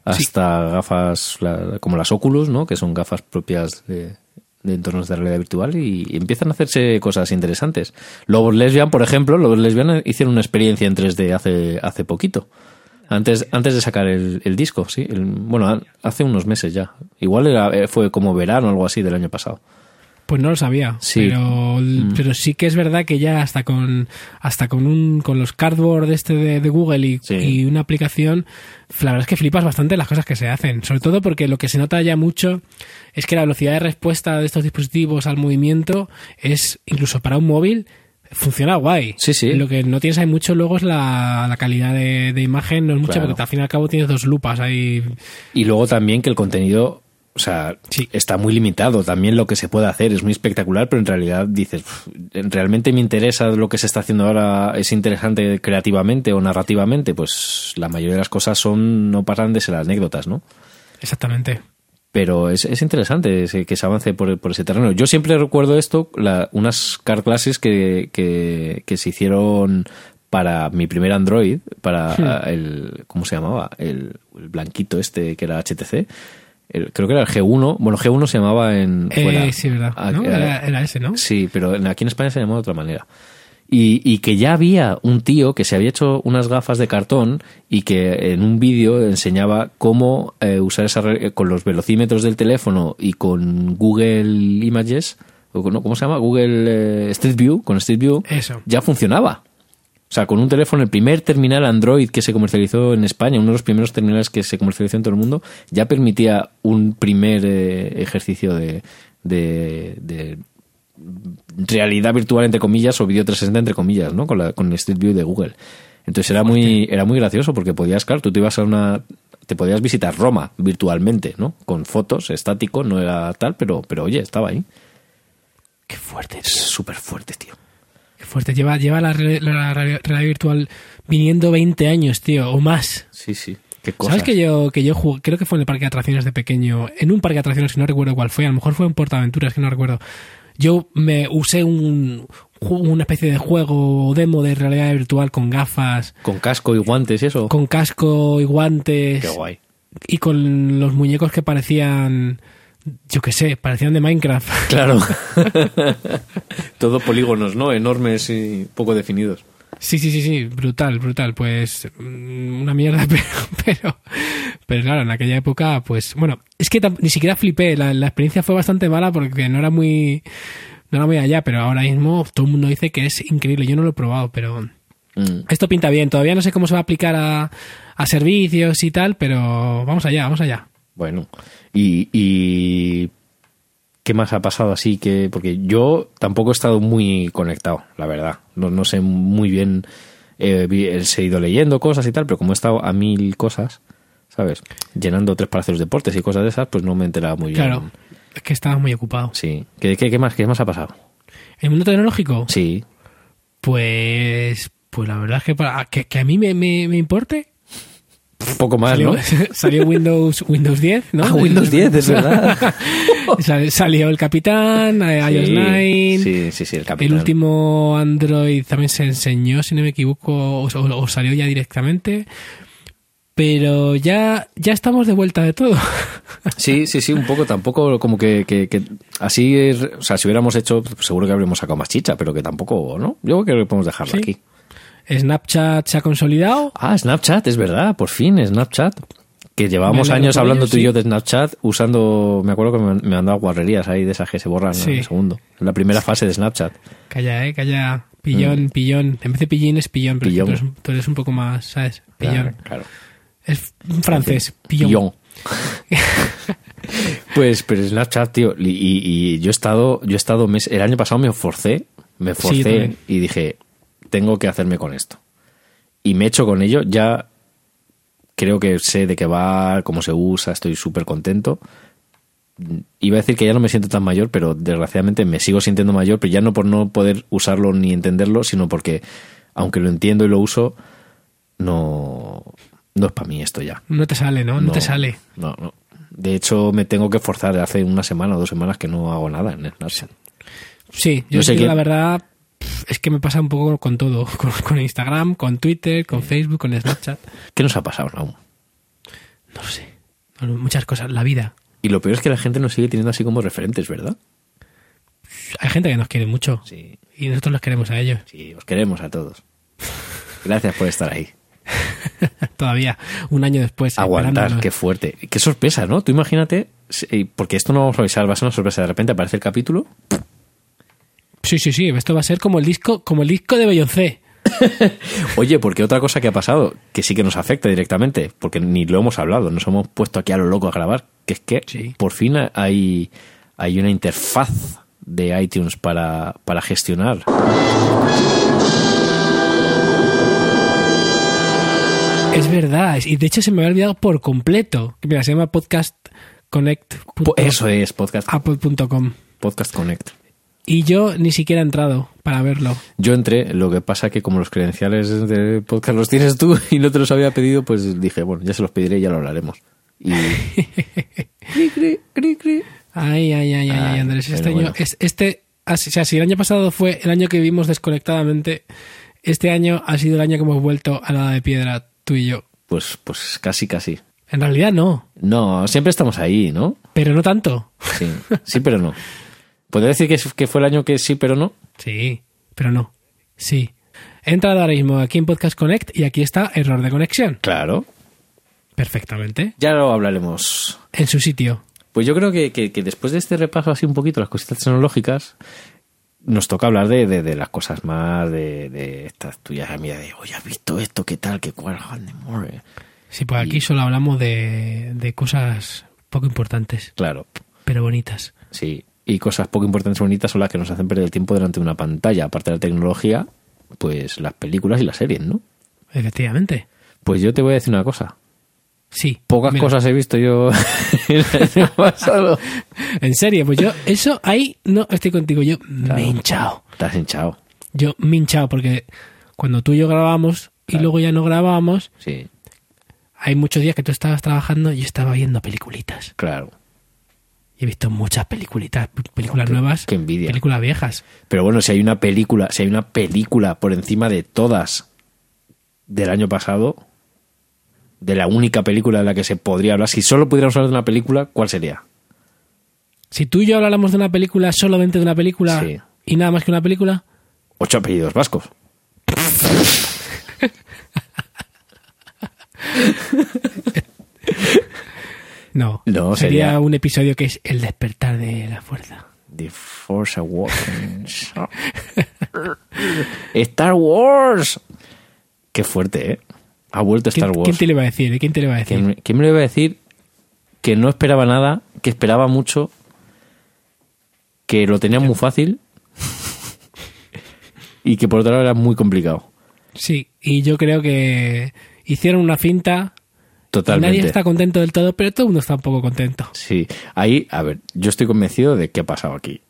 B: Hasta gafas la- como las Oculus, ¿no? Que son gafas propias de, de entornos de realidad virtual y, y empiezan a hacerse cosas interesantes. Lobos Lesbian, por ejemplo, Lobos Lesbian hicieron una experiencia en 3D hace, hace poquito. Antes, antes de sacar el, el disco, sí. El- bueno, a- hace unos meses ya. Igual era- eh, fue como verano o algo así del año pasado.
A: Pues no lo sabía,
B: Sí. Mm.
A: pero, pero sí que es verdad que ya hasta con hasta con un con los cardboard este de, de Google y,
B: Sí.
A: y una aplicación, la verdad es que flipas bastante las cosas que se hacen, sobre todo porque lo que se nota ya mucho es que la velocidad de respuesta de estos dispositivos al movimiento es incluso para un móvil funciona guay.
B: Sí, sí.
A: Lo que no tienes ahí mucho luego es la, la calidad de, de imagen, no es mucho
B: Claro.
A: porque al fin y al cabo tienes dos lupas ahí.
B: Y luego también que el contenido, o sea,
A: Sí.
B: está muy limitado. También lo que se puede hacer es muy espectacular, pero en realidad dices, "Uf, ¿realmente me interesa lo que se está haciendo ahora? ¿Es interesante creativamente o narrativamente? Pues la mayoría de las cosas son, no pasan de ser anécdotas, ¿no?
A: Exactamente.
B: Pero es, es interesante ese- que se avance por, por ese terreno. Yo siempre recuerdo esto, la- unas car classes que, que, que se hicieron para mi primer Android, para
A: Hmm.
B: el, ¿cómo se llamaba? El, el blanquito este que era HTC. El- creo que era el G1. Bueno, G1 se llamaba en...
A: Eh,
B: fuera.
A: sí, verdad.
B: Ah,
A: ¿No?
B: era-
A: Era, era ese, ¿no?
B: Sí, pero en- aquí en España se llamaba de otra manera. Y, y que ya había un tío que se había hecho unas gafas de cartón y que en un vídeo enseñaba cómo eh, usar esa re- eh, con los velocímetros del teléfono y con Google Images, o con- no, ¿cómo se llama? Google eh, Street View, con Street View,
A: Eso.
B: ya funcionaba. O sea, con un teléfono, el primer terminal Android que se comercializó en España, uno de los primeros terminales que se comercializó en todo el mundo, ya permitía un primer eh, ejercicio de, de- de realidad virtual, entre comillas, o vídeo 360, entre comillas, ¿no? Con, la, con Street View de Google. Entonces era muy, era muy gracioso porque podías, claro, tú te ibas a una... Te podías visitar Roma virtualmente, ¿no? Con fotos, estático, no era tal, pero, pero oye, estaba ahí.
A: Qué fuerte, tío.
B: Es súper fuerte, tío.
A: Qué fuerte, lleva, lleva la, re- la re- realidad virtual viniendo 20 años, tío, o más.
B: Sí, sí. Qué
A: ¿Sabes que yo, que yo jugué- creo que fue en el parque de atracciones de pequeño, en un parque de atracciones que no recuerdo cuál fue, a lo mejor fue en Portaventuras, que no recuerdo. Yo me usé un, ju- una especie de juego o demo de realidad virtual con gafas,
B: Con casco y guantes y eso.
A: con casco y guantes
B: Qué guay.
A: y con los muñecos que parecían, yo qué sé, parecían de Minecraft.
B: Claro. Todo polígonos, ¿no? Enormes y poco definidos.
A: Sí, sí, sí, sí, brutal, brutal. Pues mm, una mierda, pero, pero, pero claro, en aquella época, pues bueno, es que tam- ni siquiera flipé, la, la experiencia fue bastante mala porque no era muy, no era muy allá, pero ahora mismo todo el mundo dice que es increíble, yo no lo he probado, pero
B: Mm,
A: esto pinta bien, todavía no sé cómo se va a aplicar a, a servicios y tal, pero vamos allá, vamos allá.
B: Bueno. Y, y ¿Qué más ha pasado así que.? Porque yo tampoco he estado muy conectado, la verdad. No, no sé muy bien. eh, vi- he seguido leyendo cosas y tal, pero como he estado a mil cosas, ¿sabes? Llenando tres para hacer deportes y cosas de esas, pues no me he enterado muy bien.
A: Claro, es que estaba muy ocupado.
B: Sí. ¿Qué, qué, qué más, ¿Qué más ha pasado?
A: ¿El mundo tecnológico?
B: Sí.
A: Pues, pues la verdad es que, para, que, que a mí me, me, me importe,
B: Poco más,
A: Salió,
B: ¿no?
A: salió Windows, Windows 10, ¿no?
B: Ah, Windows 10, es verdad.
A: Sal- Salió el Capitán, eh, iOS 9.
B: Sí, sí, sí, el
A: El
B: capitán.
A: último Android también se enseñó, si no me equivoco, o, o- o salió ya directamente. Pero ya, ya estamos de vuelta de todo.
B: Sí, sí, sí, un poco. Tampoco como que, que- que así, es- o sea, si hubiéramos hecho, pues seguro que habríamos sacado más chicha, pero que tampoco, ¿no? Yo creo que podemos dejarlo
A: Sí.
B: aquí.
A: Snapchat se ha consolidado.
B: Ah, Snapchat, es verdad, por fin, Snapchat. Que llevábamos
A: Me alegro
B: años
A: por
B: hablando
A: ello,
B: tú y
A: sí.
B: yo de Snapchat usando, me acuerdo que me, me mandaba guarrerías ahí de esas que se borran
A: Sí.
B: en el segundo. En la primera fase de Snapchat.
A: Calla, eh, calla. Pillón, pillón. En vez de pillín es pillón, pero
B: Mm. Pillón.
A: Tú, eres, tú eres un poco más, ¿sabes? Pillón.
B: Claro, claro.
A: Es francés, pillón.
B: Pillón. pues, pero Snapchat, tío, y, y- y yo he estado, yo he estado mes- el año pasado me forcé, me
A: Sí,
B: forcé
A: también.
B: y dije, tengo que hacerme con esto. Y me he hecho con ello, ya creo que sé de qué va, cómo se usa, estoy súper contento. Iba a decir que ya no me siento tan mayor, pero desgraciadamente me sigo sintiendo mayor, pero ya no por no poder usarlo ni entenderlo, sino porque, aunque lo entiendo y lo uso, no, no es para mí esto ya.
A: No te sale, ¿no? No, te sale.
B: No, no. De hecho, me tengo que forzar. Hace una semana o dos semanas que no hago nada en Snapchat.
A: Sí, yo,
B: Yo sé
A: yo
B: que-
A: la verdad pff, es que me pasa un poco con todo. Con, con Instagram, con Twitter, con Facebook, con Snapchat.
B: ¿Qué nos ha pasado, Raúl?
A: No lo sé. Muchas cosas. La vida.
B: Y lo peor es que la gente nos sigue teniendo así como referentes, ¿verdad?
A: Hay gente que nos quiere mucho.
B: Sí.
A: Y nosotros los queremos a ellos.
B: Sí, os queremos a todos. Gracias por estar ahí.
A: Todavía, un año después.
B: Aguantar,
A: esperándonos.
B: qué fuerte. Qué sorpresa, ¿no? Tú imagínate, sí, porque esto no vamos a avisar, va a ser una sorpresa. De repente aparece el capítulo.
A: Sí, sí, sí. Esto va a ser como el disco, como el disco de Beyoncé.
B: Oye, porque otra cosa que ha pasado, que sí que nos afecta directamente, porque ni lo hemos hablado, nos hemos puesto aquí a lo loco a grabar, que es que
A: Sí.
B: por fin hay, hay una interfaz de iTunes para, para gestionar.
A: Es verdad. es- Y de hecho se me había olvidado por completo. Mira, se llama Podcast Connect.
B: Po- Pues Eso es, Podcast,
A: Apple.com.
B: Podcast Connect.
A: Y yo ni siquiera he entrado para verlo.
B: Yo entré, lo que pasa que como los credenciales de podcast los tienes tú y no te los había pedido, pues dije, bueno, ya se los pediré y ya lo hablaremos. Y... Cri, cri, cri, cri.
A: Ay, ay, ay, ay, ay,
B: Ay,
A: Andrés. Este
B: Ah, pero
A: año,
B: bueno.
A: es- este, así- o sea, si el año pasado fue el año que vivimos desconectadamente, este año ha sido el año que hemos vuelto a la edad de piedra, tú y yo.
B: Pues, pues casi, casi.
A: En realidad no,
B: No, siempre estamos ahí, ¿no?
A: pero no tanto.
B: Sí, sí, pero no. Podría decir que, es- que fue el año que sí, pero no.
A: Sí, pero no. Sí. Entra ahora mismo aquí en Podcast Connect y aquí está error de conexión.
B: Claro.
A: Perfectamente.
B: Ya lo hablaremos.
A: En su sitio.
B: Pues yo creo que, que- que después de este repaso así un poquito las cositas tecnológicas, nos toca hablar de, de- de las cosas más, de, de estas tuyas amigas, de, oye, ¿has visto esto? ¿Qué tal? ¿Qué cual? Joder, more".
A: Sí, pues aquí solo hablamos de, de cosas poco importantes,
B: Claro,
A: pero bonitas.
B: sí. Y cosas poco importantes y bonitas son las que nos hacen perder el tiempo delante de una pantalla. Aparte de la tecnología, pues las películas y las series, ¿no?
A: Efectivamente.
B: Pues yo te voy a decir una cosa.
A: Sí.
B: Pocas
A: mira.
B: cosas he visto yo el año pasado.
A: En serio, pues yo, eso ahí no estoy contigo. Yo me he hinchado.
B: Estás hinchado.
A: Yo me he hinchado porque cuando tú y yo grabábamos y luego ya no grabábamos,
B: Sí,
A: hay muchos días que tú estabas trabajando y yo estaba viendo peliculitas.
B: claro.
A: Y he visto muchas peliculitas, películas nuevas,
B: qué envidia.
A: películas viejas.
B: Pero bueno, si hay una película, si hay una película por encima de todas del año pasado, de la única película de la que se podría hablar, si solo pudiéramos hablar de una película, ¿cuál sería?
A: Si tú y yo habláramos de una película, solamente de una película
B: Sí.
A: y nada más que una película,
B: Ocho apellidos vascos.
A: no.
B: No,
A: sería,
B: sería-
A: un episodio que es El despertar de la fuerza.
B: The Force Awakens. Star Wars. Qué fuerte, ¿eh? Ha vuelto Star
A: ¿Quién,
B: Wars.
A: quién te lo iba a decir? ¿Quién te lo iba a decir?
B: ¿Quién, quién me lo iba a decir? Que no esperaba nada, que esperaba mucho, que lo tenía muy fácil y que por otro lado era muy complicado.
A: Sí, y yo creo que hicieron una finta
B: Totalmente.
A: Nadie está contento del todo, pero todo el mundo está un poco contento.
B: Sí, ahí, a ver, yo estoy convencido de qué ha pasado aquí.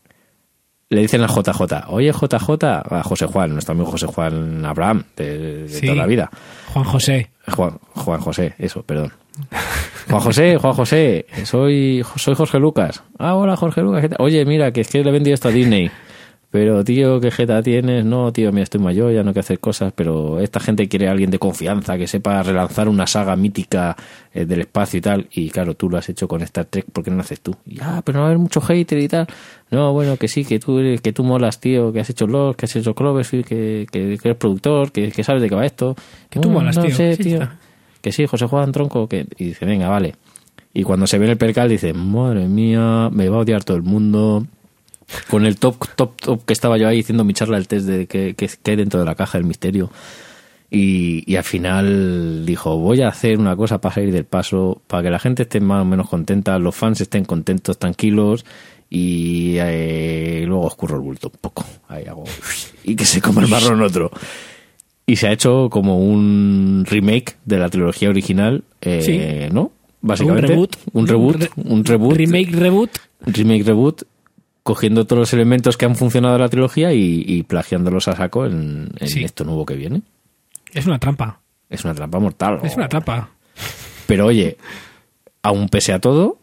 B: Le dicen a JJ, oye JJ, a José Juan, nuestro amigo José Juan Abraham, de, de
A: Sí.
B: toda la vida.
A: Juan José,
B: Juan, Juan José, eso, perdón. Juan José, Juan José, soy, soy Jorge Lucas. Ah, hola Jorge Lucas. ¿qué tal? Oye, mira, que es que le he vendido esto a Disney. Pero, tío, ¿qué jeta tienes? No, tío, mira, estoy mayor, ya no hay que hacer cosas, pero esta gente quiere a alguien de confianza que sepa relanzar una saga mítica eh, del espacio y tal. Y claro, tú lo has hecho con Star Trek, ¿por qué no lo haces tú? Ya, pero no va a haber mucho hater y tal. No, bueno, que sí, que tú, eres- que tú molas, tío, que has hecho Lost, que has hecho Cloverfield, que, que, que eres productor, que, que sabes de qué va esto.
A: Que tú
B: No,
A: molas,
B: no
A: tío.
B: sé,
A: Sí,
B: tío.
A: está.
B: Que sí, José Juan Tronco, que... Y dice, venga, vale. Y cuando se ve en el percal dice, madre mía, me va a odiar todo el mundo. Con el top, top, top que estaba yo ahí haciendo mi charla del test de qué, qué- qué hay dentro de la caja del misterio. Y, y al final dijo, voy a hacer una cosa para salir del paso, para que la gente esté más o menos contenta, los fans estén contentos, tranquilos, y eh, luego oscurro el bulto un poco. Ahí hago, y que se coma el marrón otro. Y se ha hecho como un remake de la trilogía original, eh, ¿no? Básicamente.
A: Un reboot.
B: Un reboot.
A: Re-
B: un reboot.
A: Remake, reboot.
B: Remake, reboot. Cogiendo todos los elementos que han funcionado en la trilogía y, y plagiándolos a saco en, en
A: Sí.
B: esto nuevo que viene.
A: Es una trampa.
B: Es una trampa mortal.
A: Es una trampa.
B: Pero oye, aún pese a todo,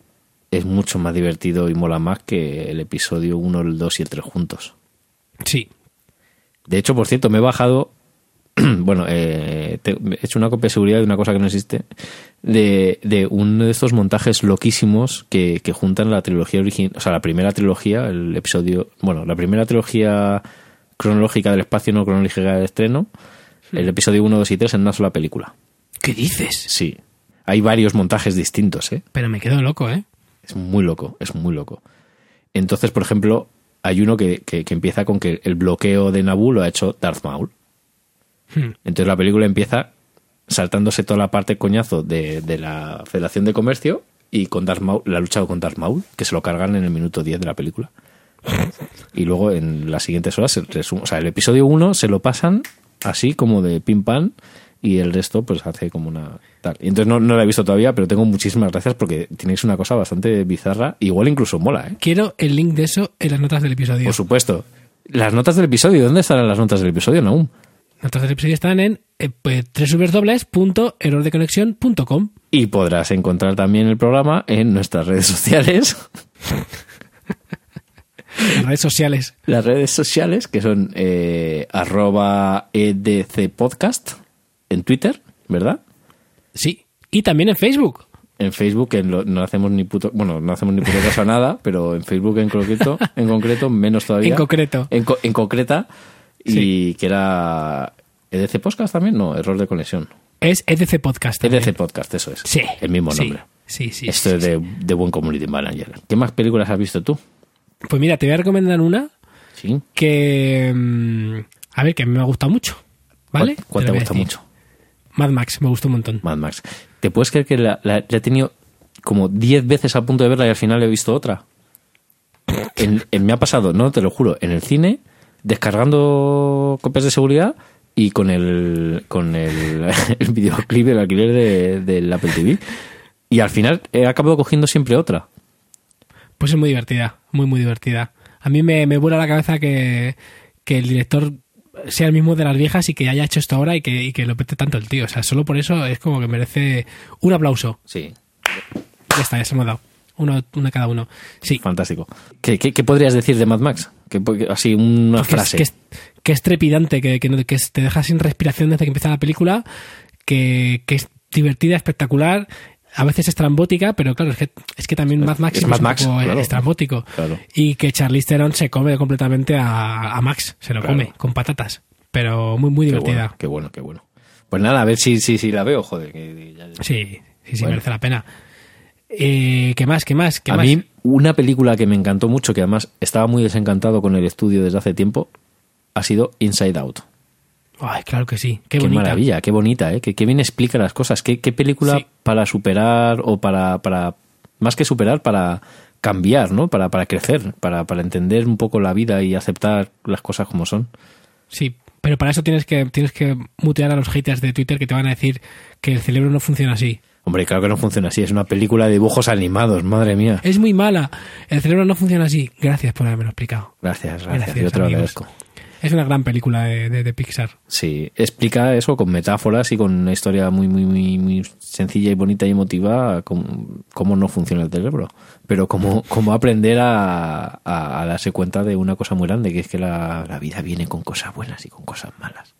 B: es mucho más divertido y mola más que el episodio 1, el 2 y el 3 juntos.
A: Sí.
B: De hecho, por cierto, me he bajado. bueno, eh, te- he hecho una copia de seguridad de una cosa que no existe. De, de uno de estos montajes loquísimos que, que juntan la trilogía original. O sea, la primera trilogía, el episodio. Bueno, la primera trilogía cronológica del espacio, no cronológica del estreno. El episodio 1, 2 y 3 en una sola película.
A: ¿Qué dices?
B: Sí. Hay varios montajes distintos, ¿eh?
A: Pero me quedo loco, ¿eh?
B: Es muy loco, es muy loco. Entonces, por ejemplo, hay uno que, que- que empieza con que el bloqueo de Naboo lo ha hecho Darth Maul.
A: Hmm.
B: Entonces la película empieza saltándose toda la parte coñazo de, de la Federación de Comercio y con Darth Maul, la lucha con Darth Maul, que se lo cargan en el minuto 10 de la película. Y luego en las siguientes horas se resume. O sea, el episodio 1 se lo pasan así como de pim pam y el resto pues hace como una tal. Y entonces no, no la he visto todavía, pero tengo muchísimas gracias porque tenéis una cosa bastante bizarra. Igual incluso mola, ¿eh?
A: Quiero el link de eso en las notas del episodio.
B: Por supuesto. Las notas del episodio, ¿dónde estarán las notas del episodio, Naum?
A: Notas del episodio están en eh, pues, www.errordeconexión.com.
B: Y podrás encontrar también el programa en nuestras redes sociales.
A: Las redes sociales.
B: Las redes sociales que son eh, arroba EDC Podcast en Twitter, ¿verdad?
A: Sí. Y también en Facebook.
B: En Facebook en lo- no hacemos ni puto, bueno, no hacemos ni puto caso a nada, pero en Facebook en concreto, en concreto menos todavía.
A: En concreto.
B: En, co- en concreta y que era EDC Podcast también, no, error de conexión.
A: Es EDC Podcast. también.
B: EDC Podcast, eso es.
A: Sí.
B: E El mismo
A: sí,
B: nombre.
A: Sí, sí.
B: Esto
A: sí,
B: es de, de buen community manager. ¿Qué más películas has visto tú?
A: sí. Pues mira, te voy a recomendar una
B: Sí.
A: que. mm, A ver, que me ha gustado mucho. ¿Vale?
B: ¿Cuál- ¿Cuál
A: lo
B: te
A: voy a
B: gusta
A: decir.
B: mucho?
A: Mad Max, me gustó un montón.
B: Mad Max. ¿Te puedes creer que la, la- la he tenido como 10 veces a punto de verla y al final he visto otra? En- en- me ha pasado, no te lo juro, en el cine, descargando copias de seguridad y con el, con el, el videoclip del alquiler de- del Apple TV. Y al final he acabado cogiendo siempre otra.
A: Pues es muy divertida, muy, muy divertida. A mí me, me vuela la cabeza que, que el director sea el mismo de las viejas y que haya hecho esto ahora y que, y que lo pete tanto el tío. O sea, solo por eso es como que merece un aplauso.
B: Sí.
A: Ya está, ya se me ha dado. Uno, uno cada uno. Sí.
B: Fantástico. ¿Qué, qué- qué podrías decir de Mad Max? Que, po- así una
A: que es,
B: frase.
A: que es- que es trepidante, que, que no- que es- te deja sin respiración desde que empieza la película, que, que es divertida, espectacular, a veces estrambótica, pero claro, es que, es que también Mad Max
B: es
A: es,
B: Mad
A: un
B: Max,
A: poco
B: claro.
A: estrambótico.
B: Claro.
A: Y que Charlize Theron se come completamente a, a Max, se lo
B: Claro.
A: come con patatas, pero muy, muy
B: Qué
A: divertida.
B: bueno, qué bueno, qué bueno. Pues nada, a ver si, si, si la veo, joder. que ya-
A: Sí, sí, sí,
B: Bueno.
A: merece la pena. Eh, ¿Qué más? ¿Qué más? ¿Qué
B: a
A: más?
B: mí, una película que me encantó mucho, que además estaba muy desencantado con el estudio desde hace tiempo, ha sido Inside Out.
A: Ay, claro que sí, qué,
B: Qué,
A: bonita.
B: maravilla, qué bonita, ¿eh? Qué, qué bien explica las cosas. Qué, qué película
A: Sí.
B: para superar o para, para. Más que superar, para cambiar, ¿no? Para, para crecer, para, para entender un poco la vida y aceptar las cosas como son.
A: Sí, pero para eso tienes que, tienes que mutear a los haters de Twitter que te van a decir que el cerebro no funciona así.
B: Hombre, claro que no funciona así. Es una película de dibujos animados, madre mía.
A: Es muy mala. El cerebro no funciona así. Gracias por haberme lo explicado.
B: Gracias, gracias.
A: Gracias,
B: Yo te lo
A: amigos.
B: agradezco.
A: Es una gran película de, de- de Pixar.
B: Sí, explica eso con metáforas y con una historia muy, muy, muy, muy sencilla y bonita y emotiva, cómo, cómo no funciona el cerebro, pero cómo, cómo aprender a, a- a darse cuenta de una cosa muy grande, que es que la, la vida viene con cosas buenas y con cosas malas.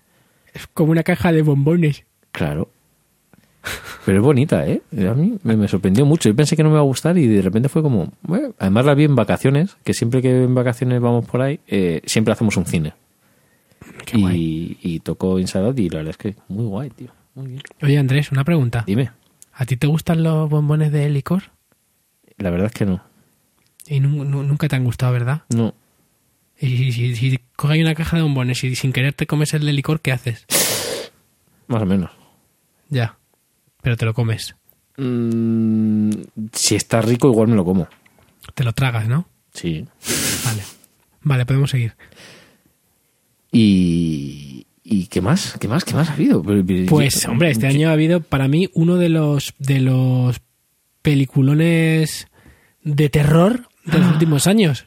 A: Es como una caja de bombones.
B: Claro. Pero es bonita, ¿eh? A mí me, me sorprendió mucho. Yo pensé que no me iba a gustar y de repente fue como... bueno, Además la vi en vacaciones, que siempre que en vacaciones vamos por ahí, eh, siempre hacemos un cine.
A: Qué guay.
B: Y, y tocó Inside Out y la verdad es que muy guay, tío. Muy bien.
A: Oye, Andrés, una pregunta.
B: Dime.
A: ¿A ti te gustan los bombones de licor?
B: La verdad es que no.
A: Y nu- nu- nunca te han gustado, ¿verdad?
B: No.
A: Y si, si, si coges ahí una caja de bombones y sin querer te comes el de licor, ¿qué haces?
B: Más o menos.
A: Ya. Pero te lo comes.
B: Mm, si está rico, igual me lo como.
A: Te lo tragas, ¿no?
B: Sí.
A: Vale. Vale, podemos seguir.
B: Y. ¿Y qué más? ¿Qué más? ¿Qué más ha habido? Pero- pero-
A: Pues, hombre, este año ha habido para mí uno de los de los peliculones de terror
B: Ah.
A: de los últimos años.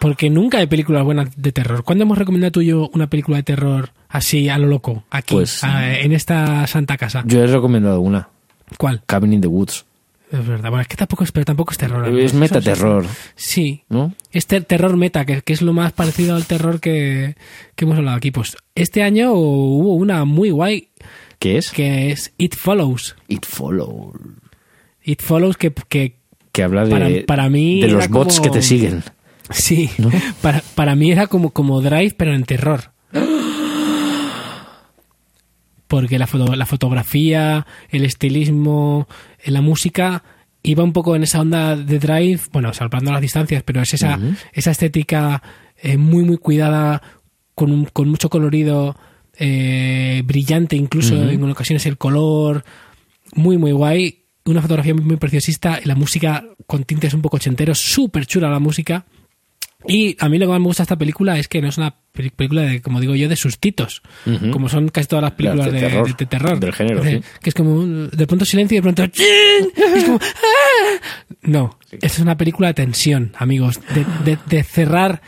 A: Porque nunca hay películas buenas de terror. ¿Cuándo hemos recomendado tú y yo una película de terror así a lo loco? Aquí,
B: Pues-
A: a- en esta santa casa.
B: Yo he recomendado una.
A: ¿Cuál?
B: Cabin in the Woods.
A: Es verdad. Bueno, es que tampoco es, pero tampoco es terror.
B: Es
A: Eso
B: metaterror,
A: Sí.
B: ¿no?
A: Este terror meta, que, que es lo más parecido al terror que, que hemos hablado aquí. Pues este año hubo una muy guay
B: ¿Qué es?
A: que es It Follows.
B: It Follows.
A: It Follows que, que
B: Que habla de,
A: Para- para mí
B: de
A: era
B: los bots
A: como-
B: que te siguen.
A: sí, para, para mí era como, como Drive pero en terror. Porque la, foto- la fotografía, el estilismo, eh, la música iba un poco en esa onda de Drive, bueno, salvando las distancias, pero es esa, esa estética eh, muy, muy cuidada, con, un- con mucho colorido, eh, brillante incluso en ocasiones el color, muy muy guay, una fotografía muy, muy preciosista y la música con tintes un poco ochenteros, súper chula la música. Y a mí lo que más me gusta de esta película es que no es una peli- película de, como digo yo, de sustitos,
B: Ujú.
A: como son casi todas las películas
B: Las de
A: de,
B: terror,
A: de- de terror.
B: del género,
A: De-
B: sí.
A: Que es como un- de pronto silencio y de pronto... ¡chin! Y es como, ¡ah! No, esta es una película de tensión, amigos, de, de- de cerrar,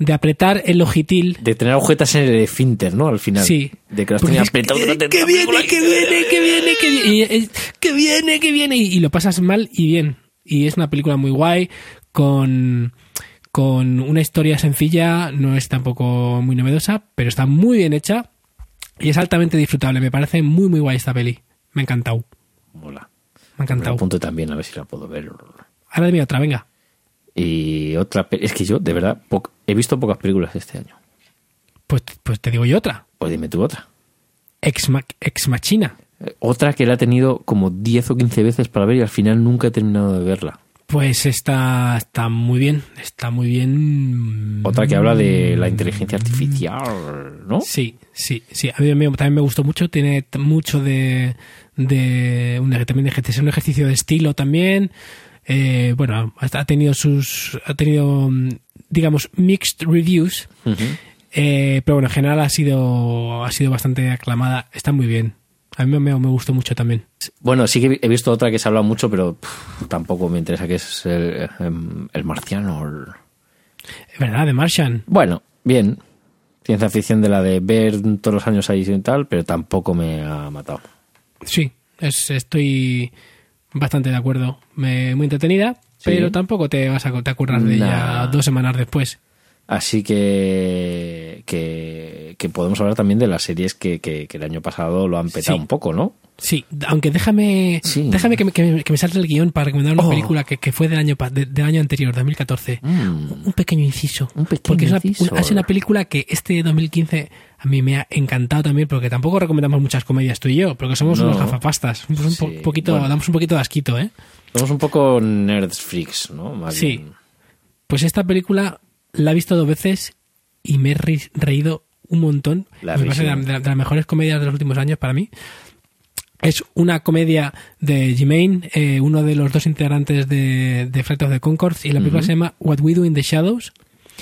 A: de apretar el ojitil.
B: De tener agujetas en el esfínter, ¿no? Al final.
A: Sí.
B: De que las
A: Porque
B: tenías
A: dices,
B: apretado
A: "Que-
B: durante toda
A: que
B: la
A: viene,
B: película y-
A: que viene, que viene, que viene, y es- que viene, que viene, y, y lo pasas mal y bien. Y es una película muy guay, con, con una historia sencilla, no es tampoco muy novedosa, pero está muy bien hecha y es altamente disfrutable. Me parece muy, muy guay esta peli. Me ha encantado,
B: Mola.
A: me ha
B: Me la
A: encantado.
B: apunto también a ver si la puedo ver.
A: Ahora dime otra, venga.
B: Y otra. pe- Es que yo, de verdad, po- he visto pocas películas este año.
A: Pues, pues te digo yo otra.
B: Pues dime tú otra.
A: Ex, Ma- Ex Machina.
B: Eh, Otra que la he tenido como 10 o 15 veces para ver y al final nunca he terminado de verla.
A: Pues está, está muy bien, está muy bien.
B: Otra que habla de la inteligencia artificial, ¿no?
A: Sí, sí, sí. A mí me- también me gustó mucho. Tiene t- mucho de. de un, ej- también de ejercicio, es un ejercicio de estilo también. Eh, bueno, hasta ha tenido sus. Ha tenido, mm, digamos, mixed reviews.
B: Ujú.
A: Eh, pero bueno, en general ha sido, ha sido bastante aclamada. Está muy bien. A mí me, me gustó mucho también.
B: Bueno, sí que he visto otra que se habla mucho, pero pff, tampoco me interesa, que es el, em, el marciano. el-
A: Es ¿Verdad? De Martian.
B: Bueno, bien. Ciencia ficción de la de ver todos los años ahí y tal, pero tampoco me ha matado.
A: Sí, es- estoy bastante de acuerdo. Me- muy entretenida, pero tampoco te vas a te acuerdas de
B: Nah.
A: ella dos semanas después.
B: Así que, que, que podemos hablar también de las series que, que- que el año pasado lo han petado
A: Sí.
B: un poco, ¿no?
A: Sí, aunque déjame,
B: Sí.
A: déjame que, me- que me, que me salte el guión para recomendar una
B: Oh. Mm.
A: película que, que fue del año, pa- de- del año anterior, 2014. Un pequeño inciso.
B: Un pequeño
A: porque es una,
B: inciso.
A: una- es una película que este 2015 a mí me ha encantado también, porque tampoco recomendamos muchas comedias tú y yo, porque somos
B: No.
A: unos gafapastas. Somos un po-
B: Sí,
A: poquito,
B: bueno.
A: Damos un poquito de asquito, ¿eh?
B: Somos un poco nerds freaks, ¿no? Más
A: Sí.
B: bien.
A: Pues esta película la he visto dos veces y me he ri- reído un montón.
B: La
A: me parece de,
B: risa.
A: la- de la- de las mejores comedias de los últimos años para mí. Es una comedia de Jimane, eh, uno de los dos integrantes de, de Flight of the Concords, y la película se llama What We Do in the Shadows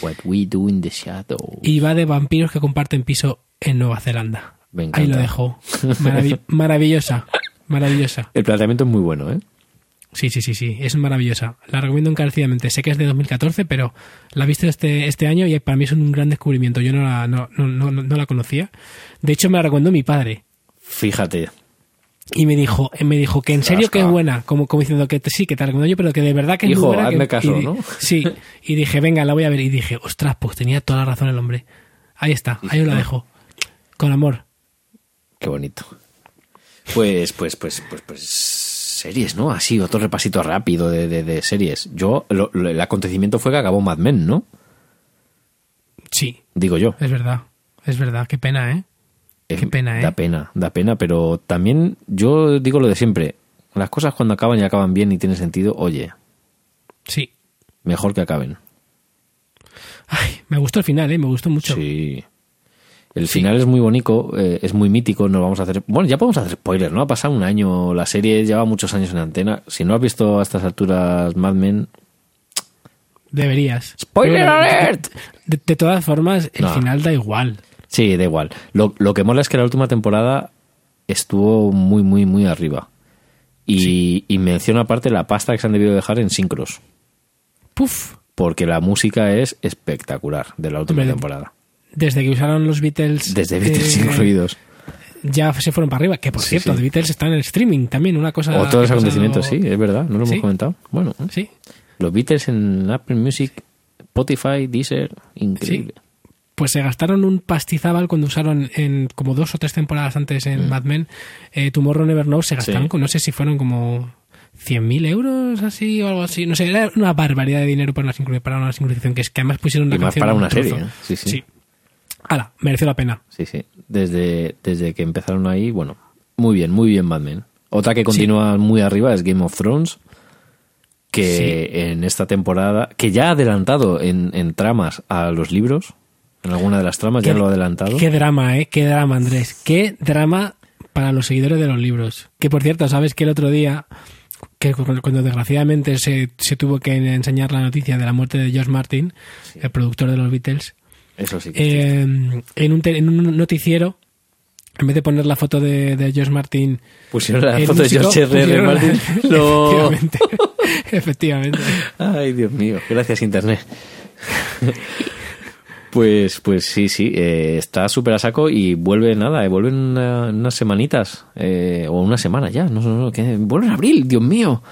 B: What we do in the shadow.
A: y va de vampiros que comparten piso en Nueva Zelanda.
B: Me encanta.
A: Ahí lo dejo. Maravi- maravillosa, maravillosa.
B: El planteamiento es muy bueno, ¿eh?
A: Sí, sí, sí, sí, es maravillosa. La recomiendo encarecidamente. Sé que es de 2014, pero la he visto este, este año y para mí es un gran descubrimiento. Yo no la, no, no, no, no la conocía. De hecho, me la recomendó mi padre.
B: Fíjate.
A: Y me dijo, me dijo que en serio que es buena, como, como diciendo que te- sí, que te la recomiendo yo, pero que de verdad que es muy
B: Hijo,
A: buena. que-
B: hazme caso,
A: y di-
B: ¿no?
A: Sí, y dije, venga, la voy a ver. Y dije, ostras, pues tenía toda la razón el hombre. Ahí está, ahí os la dejo. Con amor.
B: Qué bonito. Pues, pues, pues, pues, pues series, ¿no? Así, otro repasito rápido de, de- de series. Yo, lo- lo- el acontecimiento fue que acabó Mad Men, ¿no?
A: Sí,
B: Digo yo.
A: es verdad, es verdad, qué pena, ¿eh? Qué
B: Eh,
A: pena, ¿eh?
B: Da pena, da pena, pero también yo digo lo de siempre. Las cosas cuando acaban y acaban bien y tienen sentido, oye,
A: Sí.
B: mejor que acaben.
A: Ay, me gustó el final, ¿eh? Me gustó mucho.
B: Sí. El final es muy bonito, eh, es muy mítico, no vamos a hacer... Bueno, ya podemos hacer spoiler, ¿no? Ha pasado un año, la serie lleva muchos años en antena. Si no has visto a estas alturas Mad Men...
A: Deberías.
B: ¡Spoiler
A: Pero bueno,
B: alert!
A: De, de todas formas, el
B: No.
A: final da igual.
B: Sí, da igual. Lo, lo que mola es que la última temporada estuvo muy, muy, muy arriba. Y, y menciona aparte la pasta que se han debido dejar en sincros.
A: Puf.
B: Porque la música es espectacular de la última
A: Hombre,
B: temporada.
A: Desde que usaron los Beatles.
B: Desde Beatles
A: eh,
B: incluidos.
A: Ya se fueron para arriba. Que por
B: Sí,
A: cierto,
B: sí.
A: The Beatles están en el streaming también. Una cosa.
B: O todos los
A: que ha
B: acontecimientos, sí,
A: pasado-
B: es verdad, no lo hemos
A: ah, Sí.
B: comentado. Bueno, ¿eh?
A: Sí.
B: los Beatles en Apple Music, Spotify, Deezer, increíble.
A: Pues se gastaron un pastizábal cuando usaron en como dos o tres temporadas antes en Mad Men eh, Tomorrow Never Knows. Se gastaron,
B: Mm. Sí.
A: con, no sé si fueron como 100.000 euros así o algo así. No sé, era una barbaridad de dinero para una, sincro- para una sincronización que es que además pusieron la
B: Y más
A: canción
B: para
A: en un
B: una
A: trozo.
B: serie, ¿eh? Sí, sí.
A: Ala, mereció la pena.
B: Sí, sí. Desde, desde que empezaron ahí, bueno, muy bien, muy bien Mad Men. Otra que continúa muy arriba es Game of Thrones, que en esta temporada, que ya ha adelantado en, en tramas a los libros, en alguna de las tramas ya
A: Qué-
B: lo ha adelantado.
A: Qué drama, ¿eh? Qué drama, Andrés. Qué drama para los seguidores de los libros. Que por cierto, sabes que el otro día, que cu- cuando desgraciadamente se, se tuvo que enseñar la noticia de la muerte de George Martin, el productor de los Beatles,
B: Eso sí. que es triste.
A: eh, en, un te- en un noticiero, en vez de poner la foto de, de George Martin.
B: Pusieron la
A: el
B: foto de
A: músico,
B: George R.R.
A: pusieron la-
B: Martin. Lo-
A: Efectivamente. efectivamente.
B: Ay, Dios mío, gracias Internet. Pues, pues sí, sí, eh, está súper a saco y vuelve nada, eh, vuelve en una- en unas semanitas, eh, o una semana ya, no, no, no, que vuelve en abril, Dios mío.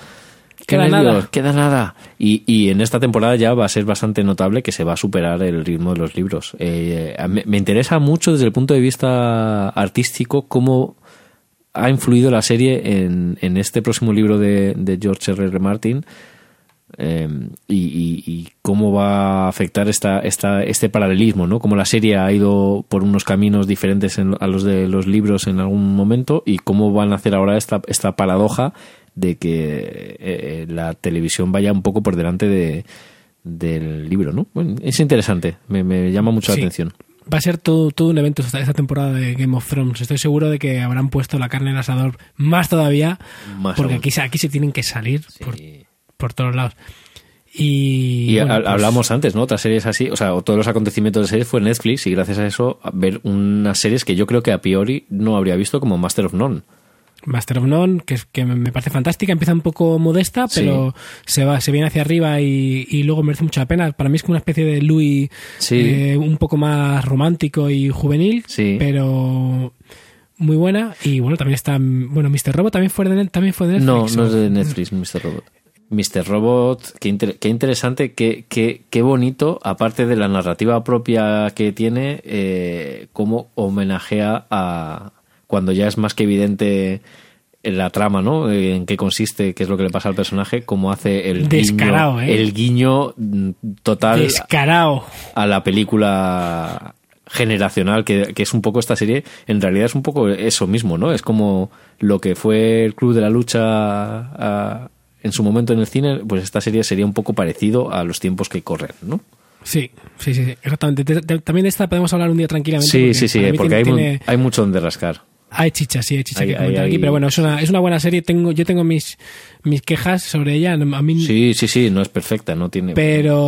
B: Qué
A: Queda
B: nervios,
A: nada.
B: Queda nada. Y, y en esta temporada ya va a ser bastante notable que se va a superar el ritmo de los libros. Eh, me, me interesa mucho desde el punto de vista artístico cómo ha influido la serie en, en este próximo libro de, de George R. Martin eh, y, y- y cómo va a afectar esta, esta, este paralelismo, ¿no? Cómo la serie ha ido por unos caminos diferentes en- a los de los libros en algún momento y cómo van a hacer ahora esta, esta paradoja de que eh, eh, la televisión vaya un poco por delante de, del libro, ¿no? Bueno, es interesante, me, me llama mucho
A: Sí.
B: la atención.
A: Va a ser todo, todo un evento esta, esta temporada de Game of Thrones. Estoy seguro de que habrán puesto la carne en el asador más todavía,
B: Más
A: porque
B: aún.
A: aquí, se- aquí se tienen que salir por, por todos lados. Y,
B: Y
A: bueno,
B: ha-
A: pues,
B: hablamos antes, ¿no? Otras series así, o sea, o todos los acontecimientos de series fue Netflix y gracias a eso a ver unas series que yo creo que a priori no habría visto como Master of None.
A: Master of None, que, es- que me parece fantástica, empieza un poco modesta,
B: Sí.
A: pero se va se viene hacia arriba y, y luego merece mucha pena. Para mí es como una especie de Louis
B: Sí.
A: eh, un poco más romántico y juvenil,
B: Sí.
A: pero muy buena. Y bueno, también está, bueno, Mr. Robo también fue de, Net- también fue de
B: No,
A: Netflix.
B: no
A: ¿o?
B: es de Netflix, Mr. Robot. Mr. Robot, qué, inter- qué interesante, qué, qué, qué bonito, aparte de la narrativa propia que tiene, eh, cómo homenajea a cuando ya es más que evidente la trama, ¿no? Eh, En qué consiste, qué es lo que le pasa al personaje, cómo hace el
A: Descarado,
B: guiño,
A: ¿eh?
B: el guiño mm, total
A: Descarado.
B: a la película generacional, que, que es un poco esta serie, en realidad es un poco eso mismo, ¿no? Es como lo que fue el Club de la Lucha ah, en su momento en el cine, pues esta serie sería un poco parecido a los tiempos que corren, ¿no?
A: Sí, sí, sí, sí, exactamente. Te- te- También de esta podemos hablar un día tranquilamente.
B: Sí, sí, sí,
A: para mí
B: porque hay,
A: tiene-
B: mu-
A: tiene-
B: hay mucho donde rascar.
A: Hay chicha, sí, hay chicha
B: Hay-
A: que
B: hay-
A: comentar
B: hay-
A: aquí, pero bueno, es una, es una buena serie. Tengo, yo tengo mis, mis quejas sobre ella, no- a mí,
B: Sí, sí, sí, no es perfecta, no tiene...
A: Mm. pero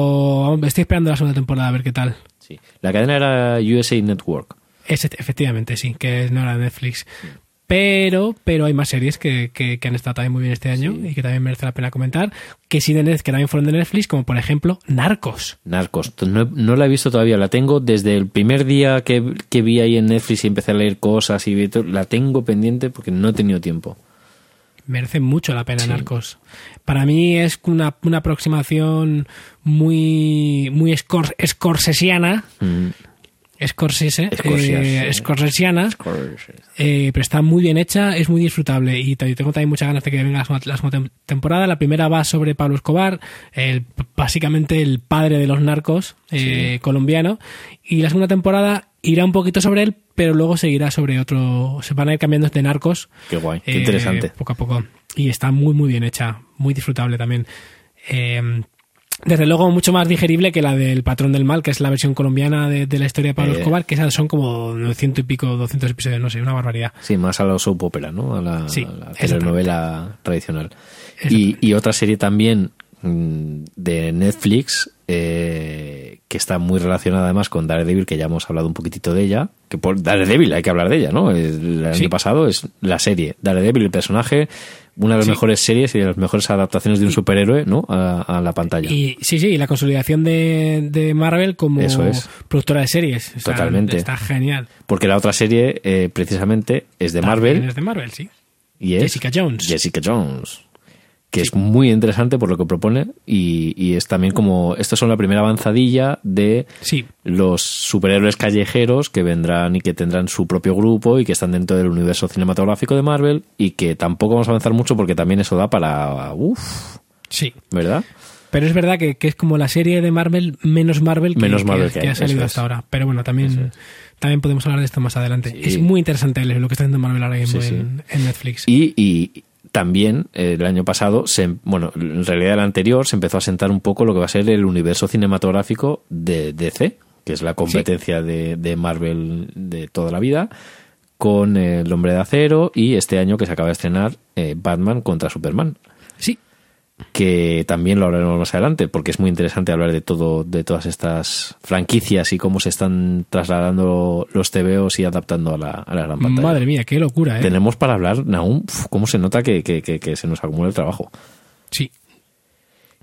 A: hombre, estoy esperando la segunda temporada a ver qué tal.
B: Sí. La cadena era USA Network.
A: Es, efectivamente, sí, que no era Netflix. Pero, pero hay más series que, que, que han estado también muy bien este año y que también merece la pena comentar, que sí de Netflix, que también fueron de Netflix, como por ejemplo Narcos.
B: Narcos. No, no la he visto todavía, la tengo desde el primer día que, que vi ahí en Netflix y empecé a leer cosas y vi todo, la tengo pendiente porque no he tenido tiempo.
A: merece mucho la pena Narcos. Para mí es una, una aproximación muy, muy escor, escorsesiana,
B: Mm.
A: escorsese,
B: Escorsias.
A: eh, escorsesiana, eh, pero está muy bien hecha, es muy disfrutable y t- tengo también muchas ganas de que venga la segunda, la segunda tem- temporada. La primera va sobre Pablo Escobar, el- básicamente el padre de los narcos eh, colombiano, y la segunda temporada irá un poquito sobre él, pero luego seguirá sobre otro, se van a ir cambiando de narcos.
B: Qué guay, qué
A: Eh,
B: interesante.
A: Poco a poco. Y está muy, muy bien hecha. Muy disfrutable también. Eh, desde luego, mucho más digerible que la del Patrón del Mal, que es la versión colombiana de, de la historia de Pablo
B: Eh.
A: Escobar, que esas son como 900 y pico, 200 episodios, no sé, una barbaridad.
B: Sí, más a la soap opera, ¿no? A la,
A: Sí,
B: a la
A: exactamente.
B: telenovela tradicional. Y, y otra serie también mm, de Netflix eh, que está muy relacionada además con Daredevil, que ya hemos hablado un poquitito de ella. Que por Daredevil hay que hablar de ella, ¿no? El año
A: Sí.
B: pasado es la serie. Daredevil, el personaje, una de las
A: Sí.
B: mejores series y de las mejores adaptaciones de un superhéroe, ¿no? A, a la pantalla.
A: Y sí, sí, y la consolidación de, de Marvel como
B: Eso es.
A: productora de series. O sea,
B: Totalmente.
A: Está genial.
B: Porque la otra serie, eh, precisamente, es de Marvel.
A: Es de Marvel, sí.
B: Y es
A: Jessica Jones.
B: Jessica Jones. Que es muy interesante por lo que propone y, y es también como. Estos son la primera avanzadilla de
A: Sí.
B: los superhéroes callejeros que vendrán y que tendrán su propio grupo y que están dentro del universo cinematográfico de Marvel y que tampoco vamos a avanzar mucho porque también eso da para. Uff,
A: Sí.
B: ¿verdad?
A: Pero es verdad que, que es como la serie de Marvel menos Marvel que,
B: Menos
A: que-
B: Marvel que
A: que
B: hay,
A: ha salido
B: eso
A: hasta
B: es.
A: ahora. Pero bueno, también, también podemos hablar de esto más adelante.
B: Sí.
A: Es muy interesante lo que está haciendo Marvel ahora mismo
B: Sí, sí.
A: En, en Netflix.
B: Y, y también eh, el año pasado, se, bueno, en realidad el anterior se empezó a sentar un poco lo que va a ser el universo cinematográfico de DC, que es la competencia de, de Marvel de toda la vida, con eh, El Hombre de Acero y este año que se acaba de estrenar eh, Batman contra Superman,
A: sí,
B: que también lo hablaremos más adelante, porque es muy interesante hablar de todo, de todas estas franquicias y cómo se están trasladando los TVOs y adaptando a la, a la gran pantalla.
A: madre mía, qué locura, ¿eh?
B: Tenemos para hablar, Naum, uf, cómo se nota que, que- que- que se nos acumula el trabajo.
A: Sí,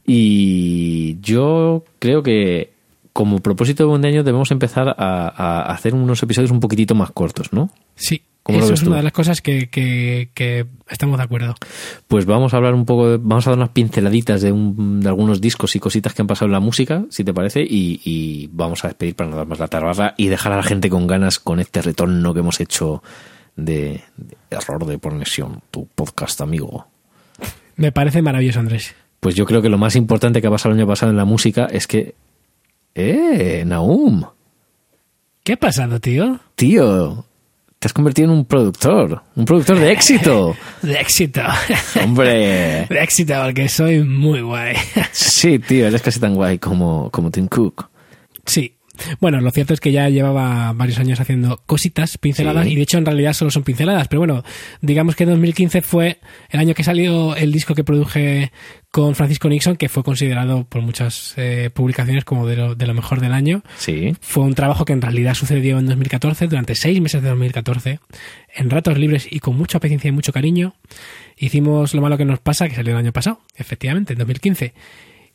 B: Y yo creo que como propósito de buen año debemos empezar a, a hacer unos episodios un poquitito más cortos, ¿no?
A: sí.
B: ¿Cómo lo
A: Eso
B: ves
A: es
B: tú?
A: una de las cosas que, que- que estamos de acuerdo.
B: Pues vamos a hablar un poco, de- vamos a dar unas pinceladitas de, un- de algunos discos y cositas que han pasado en la música, si te parece, y, y vamos a despedir para no dar más la tarbarra y dejar a la gente con ganas con este retorno que hemos hecho de, de error de conexión, tu podcast amigo.
A: Me parece maravilloso, Andrés.
B: Pues yo creo que lo más importante que ha pasado el año pasado en la música es que. ¡Eh, Naum!
A: ¿Qué ha pasado, tío?
B: Tío, te has convertido en un productor, un productor de éxito.
A: De éxito.
B: ¡Hombre!
A: De éxito, porque soy muy guay.
B: Sí, tío, eres casi tan guay como, como Tim Cook.
A: Sí. Bueno, lo cierto es que ya llevaba varios años haciendo cositas, pinceladas,
B: Sí.
A: y de hecho en realidad solo son pinceladas, pero bueno, digamos que 2015 fue el año que salió el disco que produje con Francisco Nixon, que fue considerado por muchas eh, publicaciones como de lo, de lo mejor del año.
B: Sí.
A: Fue un trabajo que en realidad sucedió en 2014, durante seis meses de 2014, en ratos libres y con mucha paciencia y mucho cariño. Hicimos lo malo que nos pasa, que salió el año pasado, efectivamente, en 2015.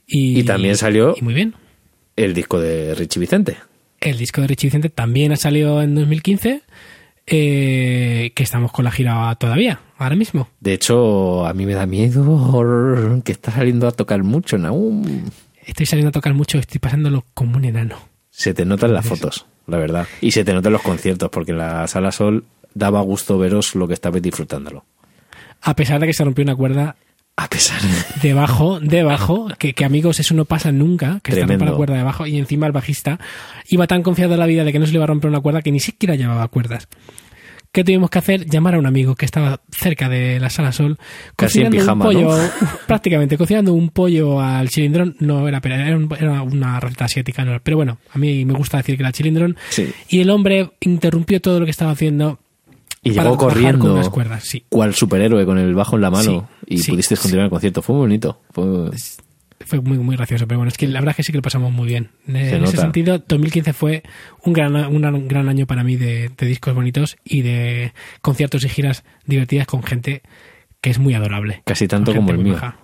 A: Y,
B: Y también salió-
A: Y muy bien.
B: El disco de Richie Vicente.
A: El disco de Richie Vicente también ha salido en 2015, eh, que estamos con la gira todavía, ahora mismo.
B: De hecho, a mí me da miedo que está saliendo a tocar mucho, Naum.
A: Estoy saliendo a tocar mucho, estoy pasándolo como un enano.
B: Se te notan las fotos, la verdad. Y se te notan los conciertos, porque en la Sala Sol daba gusto veros lo que estabais disfrutándolo.
A: A pesar de que se rompió una cuerda
B: A pesar de...
A: debajo, debajo, que, que amigos, eso no pasa nunca, que se rompa
B: Tremendo.
A: la cuerda debajo y encima el bajista iba tan confiado en la vida de que no se le iba a romper una cuerda que ni siquiera llevaba cuerdas. ¿Qué tuvimos que hacer? Llamar a un amigo que estaba cerca de la sala sol,
B: Casi en
A: cocinando
B: pijama,
A: un pollo,
B: ¿no?
A: prácticamente cocinando un pollo al cilindrón. No era, pera, era, un- era una receta asiática, no era- pero bueno, a mí me gusta decir que era cilindrón.
B: Sí.
A: Y el hombre interrumpió todo lo que estaba haciendo.
B: Y
A: para
B: llegó
A: bajar
B: corriendo.
A: Con unas cuerdas, sí.
B: cual superhéroe con el bajo en la mano
A: Sí,
B: y
A: sí,
B: pudiste continuar el concierto. Fue muy bonito. Fue-
A: fue muy, muy gracioso, pero bueno, es que la verdad es que sí que lo pasamos muy bien. En,
B: Se
A: en ese
B: nota.
A: sentido, 2015 fue un gran, un gran- gran año para mí de, de discos bonitos y de conciertos y giras divertidas con gente que es muy adorable.
B: Casi tanto
A: Con
B: como el
A: gente muy
B: mío.
A: maja.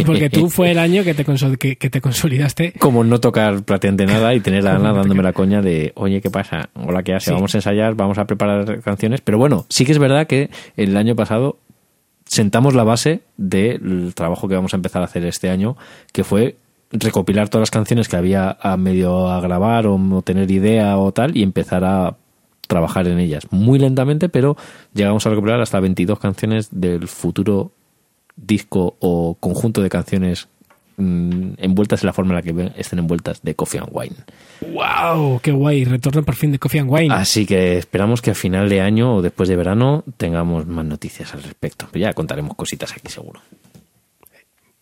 A: Porque tú fue el año que te, consol- que- que te consolidaste
B: Como no tocar prácticamente nada y tener a Ana dándome la coña de, oye, ¿qué pasa? Hola, ¿qué hace?
A: Sí.
B: Vamos a ensayar, vamos a preparar canciones. Pero bueno, sí que es verdad que el año pasado sentamos la base del trabajo que vamos a empezar a hacer este año, que fue recopilar todas las canciones que había a medio a grabar o no tener idea o tal y empezar a trabajar en ellas. Muy lentamente, pero llegamos a recopilar hasta 22 canciones del futuro disco o conjunto de canciones mm, envueltas en la forma en la que ven- estén envueltas de Coffee and Wine.
A: ¡Wow! ¡Qué guay! Retorno por fin de Coffee and Wine.
B: Así que esperamos que a final de año o después de verano tengamos más noticias al respecto. Pero ya contaremos cositas aquí seguro.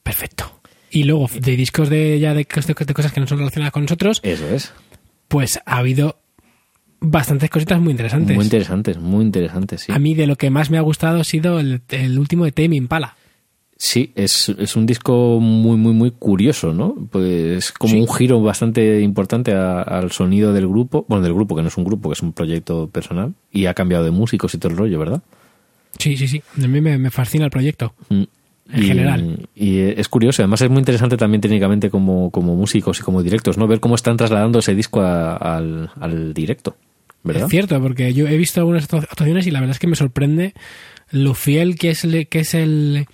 A: Perfecto. Y luego, de discos de ya de, cos- de cosas que no son relacionadas con nosotros,
B: Eso es.
A: pues ha habido bastantes cositas muy interesantes.
B: Muy interesantes, muy interesantes, sí.
A: A mí de lo que más me ha gustado ha sido el, el último de Tame Impala.
B: Sí, es, es un disco muy, muy, muy curioso, ¿no? Pues como un giro bastante importante a- al sonido del grupo. Bueno, del grupo, que no es un grupo, que es un proyecto personal. Y ha cambiado de músicos y todo el rollo, ¿verdad?
A: Sí, sí, sí. A mí me, me fascina el proyecto.
B: Mm.
A: En general.
B: Y es curioso, además es muy interesante también técnicamente como, como músicos y como directos, ¿no? Ver cómo están trasladando ese disco a- al, al directo, ¿verdad?
A: Es cierto, porque yo he visto algunas actu- actuaciones y la verdad es que me sorprende lo fiel que es, le- que es el,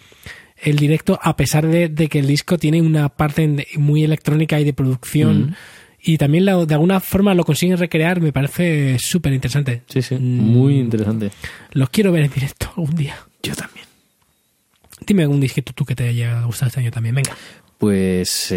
A: el directo, a pesar de, de que el disco tiene una parte en- muy electrónica y de producción.
B: Mm.
A: Y también la- de alguna forma lo consiguen recrear, me parece súper interesante.
B: Sí, sí,
A: Mm.
B: muy interesante.
A: Los quiero ver en directo algún día.
B: Yo también.
A: Dime algún disquito tú que te haya gustado este año también. Venga.
B: Pues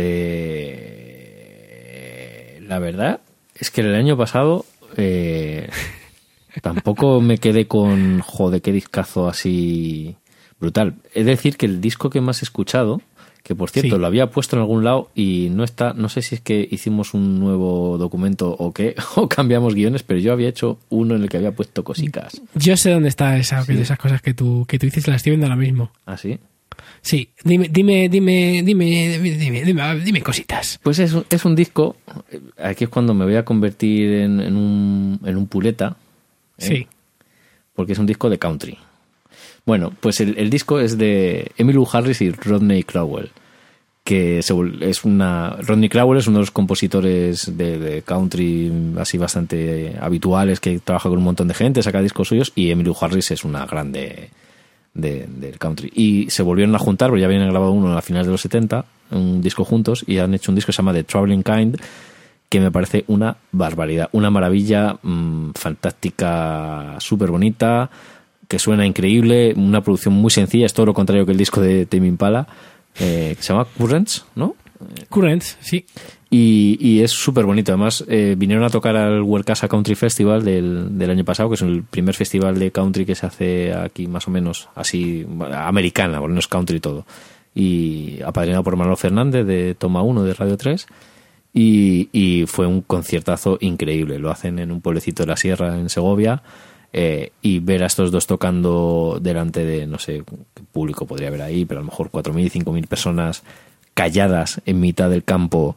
B: eh, la verdad es que el año pasado eh, tampoco me quedé con joder, qué discazo así brutal. Es decir, que el disco que más he escuchado, que por cierto
A: Sí.
B: lo había puesto en algún lado y no está, no sé si es que hicimos un nuevo documento o qué, o cambiamos guiones, pero yo había hecho uno en el que había puesto cositas.
A: Yo sé dónde está esa, esas cosas que tú, que tú dices, las estoy viendo ahora mismo.
B: Así.
A: Sí, dime, dime, dime, dime, dime, dime, dime, dime cositas.
B: Pues es, un- es un disco. eh, Aquí es cuando me voy a convertir en, en un, en un pureta. ¿eh?
A: Sí.
B: Porque es un disco de country. Bueno, pues el, el disco es de Emmylou Harris y Rodney Crowell. Que se vol- es una. Rodney Crowell es uno de los compositores de, de country así bastante habituales que trabaja con un montón de gente, saca discos suyos. Y Emmylou Harris es una grande de- del country. Y se volvieron a juntar, porque ya habían grabado uno a finales de los 70, un disco juntos, y han hecho un disco que se llama The Traveling Kind, que me parece una barbaridad, una maravilla mm, fantástica, súper bonita, que suena increíble, una producción muy sencilla, es todo lo contrario que el disco de Tame Impala, eh, que se llama Currents, ¿no?
A: Currents, sí.
B: Y, y es súper bonito. Además, eh, vinieron a tocar al Huercasa Country Festival del, del año pasado, que es el primer festival de country que se hace aquí, más o menos, así, bueno, americana, por lo menos country y todo. Y apadrinado por Manolo Fernández de Toma 1 de Radio 3. Y, y fue un conciertazo increíble. Lo hacen en un pueblecito de la sierra, en Segovia. eh, y ver a estos dos tocando delante de, no sé, qué público podría haber ahí, pero a lo mejor 4.000, 5.000 personas calladas en mitad del campo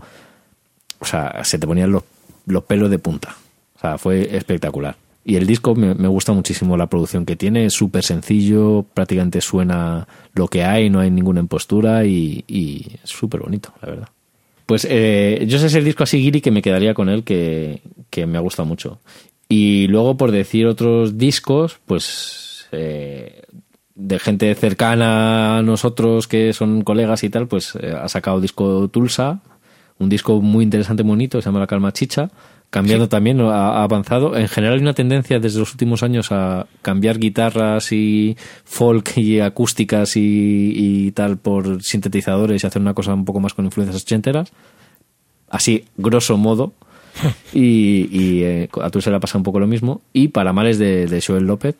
B: o sea, se te ponían los, los pelos de punta. O sea, fue espectacular. Y el disco me, me gusta muchísimo la producción que tiene, es súper sencillo, prácticamente suena lo que hay, no hay ninguna impostura y, y es súper bonito, la verdad. Pues eh, yo sé es el disco así, Giri, que me quedaría con él, que, que me ha gustado mucho. Y luego, por decir otros discos, pues eh, de gente cercana a nosotros que son colegas y tal, pues eh, ha sacado disco Tulsa, un disco muy interesante, muy bonito, que se llama La Calma Chicha, cambiando también, ¿no? ha, ha avanzado. En general hay una tendencia desde los últimos años a cambiar guitarras y folk y acústicas y, y tal por sintetizadores y hacer una cosa un poco más con influencias ochenteras, así, grosso modo. Y, y, eh, a tú se le ha pasado un poco lo mismo. Y para males de, de Joel López,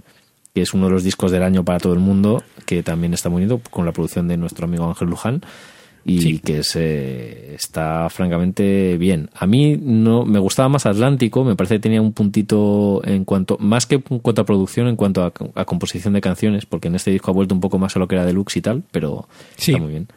B: que es uno de los discos del año para todo el mundo, que también está muy unido con la producción de nuestro amigo Ángel Luján. Y
A: Sí.
B: que es, eh, está francamente bien. A mí no me gustaba más Atlántico, me parece que tenía un puntito en cuanto, más que en cuanto a producción, en cuanto a, a composición de canciones, porque en este disco ha vuelto un poco más a lo que era deluxe y tal, pero
A: Sí.
B: está muy bien.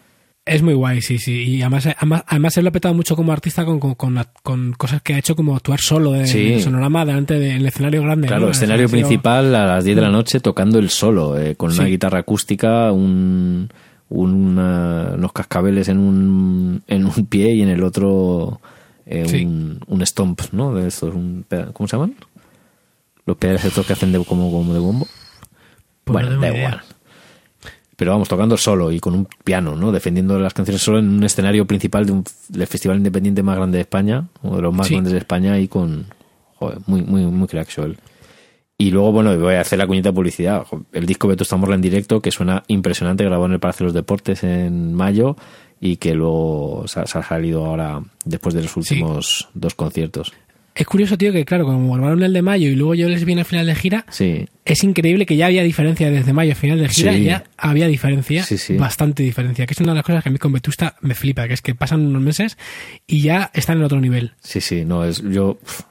A: Es muy guay, sí, sí. Y además, además, además se lo ha petado mucho como artista con, con, con, con cosas que ha hecho como actuar solo en
B: Sí.
A: el sonorama delante del escenario grande.
B: Claro,
A: ¿no?
B: escenario
A: Ha sido-
B: principal a las 10 de la noche tocando el solo, eh, con una
A: Mm. Sí.
B: guitarra acústica, un, un, eh, unos cascabeles en un, en un pie y en el otro eh,
A: Sí.
B: un, un stomp, ¿no? De estos, un peda- ¿Cómo se llaman? Los pedales estos que hacen de, como, como de bombo.
A: Pues
B: bueno,
A: no tengo
B: da
A: ni idea.
B: igual. Pero vamos, tocando solo y con un piano, ¿no? Defendiendo las canciones solo en un escenario principal de un, del festival independiente más grande de España, uno de los más
A: Sí.
B: grandes de España y con... Joder, muy, muy, muy crack Joel. Y luego, bueno, voy a hacer la cuñita de publicidad. Jo, El disco Beto Zamorra en directo, que suena impresionante, grabado en el Palacio de los Deportes en mayo y que luego se ha, se ha salido ahora después de los últimos dos conciertos.
A: Es curioso, tío, que claro, como grabaron el de mayo y luego yo les viene a final de gira,
B: Sí,
A: es increíble que ya había diferencia desde mayo a final de gira,
B: Sí.
A: ya había diferencia,
B: Sí, sí.
A: bastante diferencia, que es una de las cosas que a mí con Vetusta me flipa, que es que pasan unos meses y ya están en otro nivel.
B: sí, sí, no, es yo... pf,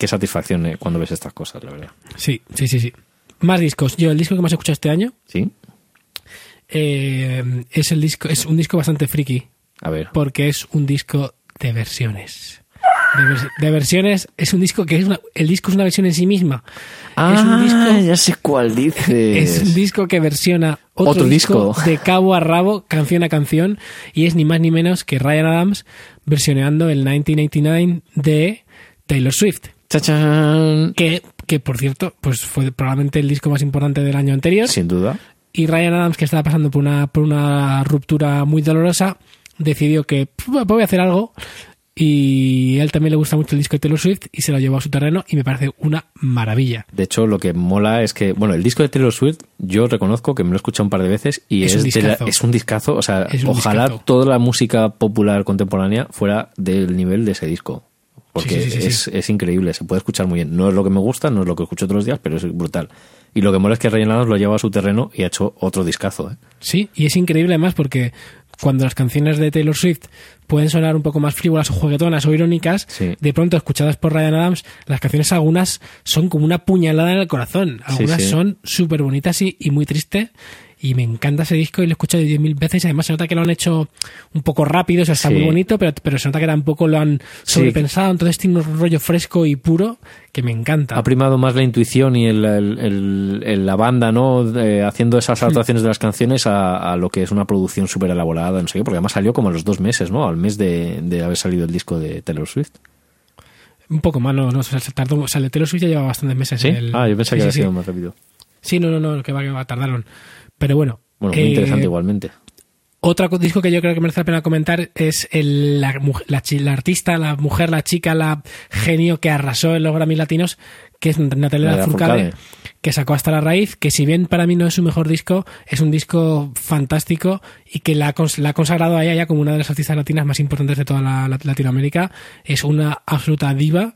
B: qué satisfacción eh, cuando ves estas cosas, la verdad.
A: Sí, sí, sí, sí. Más discos. Yo, el disco que más he escuchado este año
B: ¿Sí?
A: eh, es, el disco, es un disco bastante friki,
B: A ver.
A: porque es un disco de versiones. De, vers- de versiones, es un disco que es una- el disco es una versión en sí misma. es un disco
B: ah, ya sé cuál dices.
A: Es un disco que versiona otro,
B: Otro
A: disco,
B: disco.
A: de cabo a rabo, canción a canción, y es ni más ni menos que Ryan Adams versioneando el 1989 de Taylor Swift,
B: Chachán.
A: que, que por cierto, pues fue probablemente el disco más importante del año anterior,
B: Sin duda.
A: y Ryan Adams, que estaba pasando por una, por una ruptura muy dolorosa, decidió que "Pf, pues voy a hacer algo, y a él también le gusta mucho el disco de Taylor Swift, y se lo llevó a su terreno, y me parece una maravilla.
B: De hecho, lo que mola es que, bueno, el disco de Taylor Swift, yo reconozco que me lo he escuchado un par de veces y es,
A: Es un
B: de la-
A: discazo.
B: es un discazo. O sea,
A: Es un
B: ojalá
A: discazo.
B: toda la música popular contemporánea fuera del nivel de ese disco. Porque
A: Sí, sí, sí, sí,
B: es, es increíble, se puede escuchar muy bien. No es lo que me gusta, no es lo que escucho todos los días, pero es brutal. Y lo que mola es que Ryan Adams lo lleva a su terreno y ha hecho otro discazo. ¿eh?
A: Sí, y es increíble además porque cuando las canciones de Taylor Swift pueden sonar un poco más frívolas o juguetonas o irónicas,
B: Sí.
A: de pronto escuchadas por Ryan Adams, las canciones algunas son como una puñalada en el corazón. Algunas
B: sí.
A: son súper bonitas y, y muy tristes. Y me encanta ese disco y lo he escuchado 10.000 veces. y Además se nota que lo han hecho un poco rápido, o sea, está
B: Sí.
A: muy bonito, pero, pero se nota que tampoco lo han sobrepensado. Entonces tiene un rollo fresco y puro que me encanta.
B: ha primado más la intuición y el, el- el- el- la banda, ¿no? De- haciendo esas
A: Hmm.
B: adaptaciones de las canciones a, a lo que es una producción súper elaborada, no sé qué, porque además salió como a los dos meses, ¿no? Al mes de, de haber salido el disco de Taylor Swift.
A: Un poco más, no, no, o sea, se tardó, o sea, el de Taylor Swift ya lleva bastantes meses.
B: ¿Sí?
A: en el-
B: ah, yo pensaba que
A: Sí, sí,
B: había
A: sí.
B: sido más rápido.
A: Sí, no, no, no, que va, que va, tardaron. Pero bueno.
B: Bueno, muy
A: eh,
B: interesante igualmente.
A: Otro co- disco que yo creo que merece la pena comentar es el- la, mu- la chi- la artista, la mujer, la chica, la genio que arrasó en los Grammy Latinos, que es Natalia
B: Natalia
A: Lafourcade,
B: Lafourcade.
A: que sacó hasta la raíz, que si bien para mí no es su mejor disco, es un disco fantástico y que la, ha cons- la ha consagrado a ella ya como una de las artistas latinas más importantes de toda la- la- Latinoamérica. Es una absoluta diva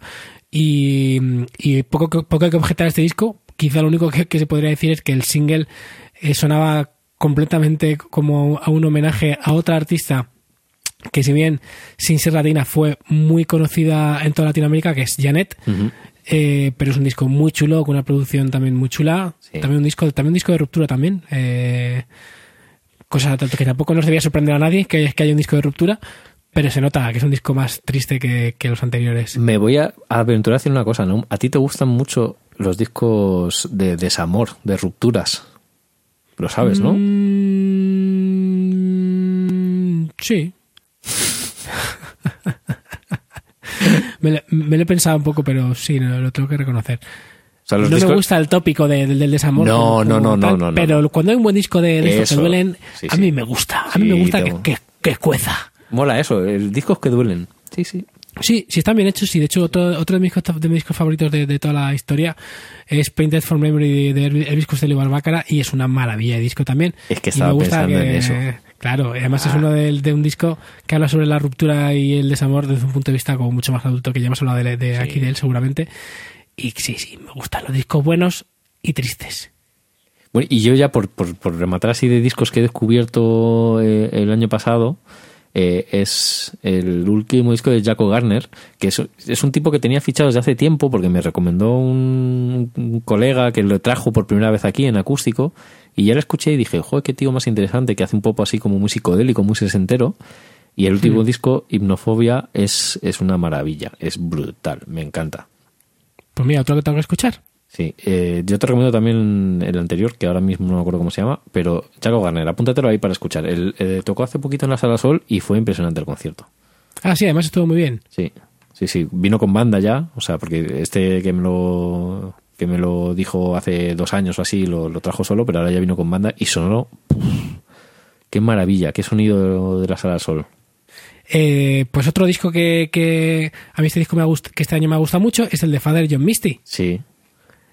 A: y, y poco, que- poco hay que objetar a este disco. Quizá lo único que, que se podría decir es que el single eh, sonaba completamente como a un homenaje a otra artista que si bien sin ser latina fue muy conocida en toda Latinoamérica, que es Janet,
B: Ujú.
A: eh, pero es un disco muy chulo, con una producción también muy chula.
B: Sí.
A: También un disco, también un disco de ruptura también. eh, cosa tanto que tampoco nos debía sorprender a nadie que, que haya un disco de ruptura, pero se nota que es un disco más triste que, que los anteriores.
B: Me voy a aventurar a decir una cosa, ¿no? A ti te gustan mucho los discos de desamor, de rupturas. Lo sabes, ¿no?
A: Mm, sí. me, lo, me lo he pensado un poco, pero sí, no, lo tengo que reconocer.
B: O sea, los
A: no me
B: discos-
A: gusta el tópico de- del, del desamor.
B: No,
A: como-
B: no,
A: como
B: no,
A: tal,
B: no, no, no.
A: Pero cuando hay un buen disco de, de estos
B: Eso.
A: que duelen,
B: Sí,
A: a mí
B: sí.
A: me gusta. A mí me
B: Sí,
A: gusta
B: tengo-
A: que, que, que cueza.
B: Mola eso, el- discos que duelen. Sí, sí.
A: Sí, sí, están bien hechos. Sí, de hecho, otro, otro de, mis, cosas- de mis discos favoritos de, de toda la historia es Painted for Memory de, de Elvis Costello y Barbacara y es una maravilla de disco también.
B: Es que
A: Y
B: estaba
A: me gusta
B: pensando
A: que-
B: en eso. Ah.
A: Claro, y además es uno de, de un disco que habla sobre la ruptura y el desamor desde un punto de vista como mucho más adulto, que ya hemos hablado de, de aquí de él seguramente. Y sí, sí, me gustan los discos buenos y tristes.
B: Bueno, y yo ya por, por, por rematar así de discos que he descubierto eh, el año pasado, eh, es el último disco de Jaco Garner, que es, es un tipo que tenía fichado desde hace tiempo porque me recomendó un, un colega que lo trajo por primera vez aquí en acústico y ya lo escuché y dije, joder, qué tío más interesante, que hace un poco así como muy psicodélico, muy sesentero. Y el último disco, Hipnofobia, es, es una maravilla, es brutal, me encanta.
A: Pues mira, otro que tengo que escuchar.
B: Sí, eh, yo te recomiendo también el anterior, que ahora mismo no me acuerdo cómo se llama, pero Chaco Garner, apúntatelo ahí para escuchar. Él eh, tocó hace poquito en la Sala Sol y fue impresionante el concierto.
A: Ah, sí, además estuvo muy bien.
B: Sí, sí, sí, vino con banda ya, o sea, porque este que me lo que me lo dijo hace dos años o así, lo, lo trajo solo, pero ahora ya vino con banda y sonó... ¡puf! ¡Qué maravilla! ¡Qué sonido de la Sala Sol!
A: Eh, pues otro disco que, que a mí este disco me gusta, que este año me ha gustado mucho es el de Father John Misty. eh,
B: Sí,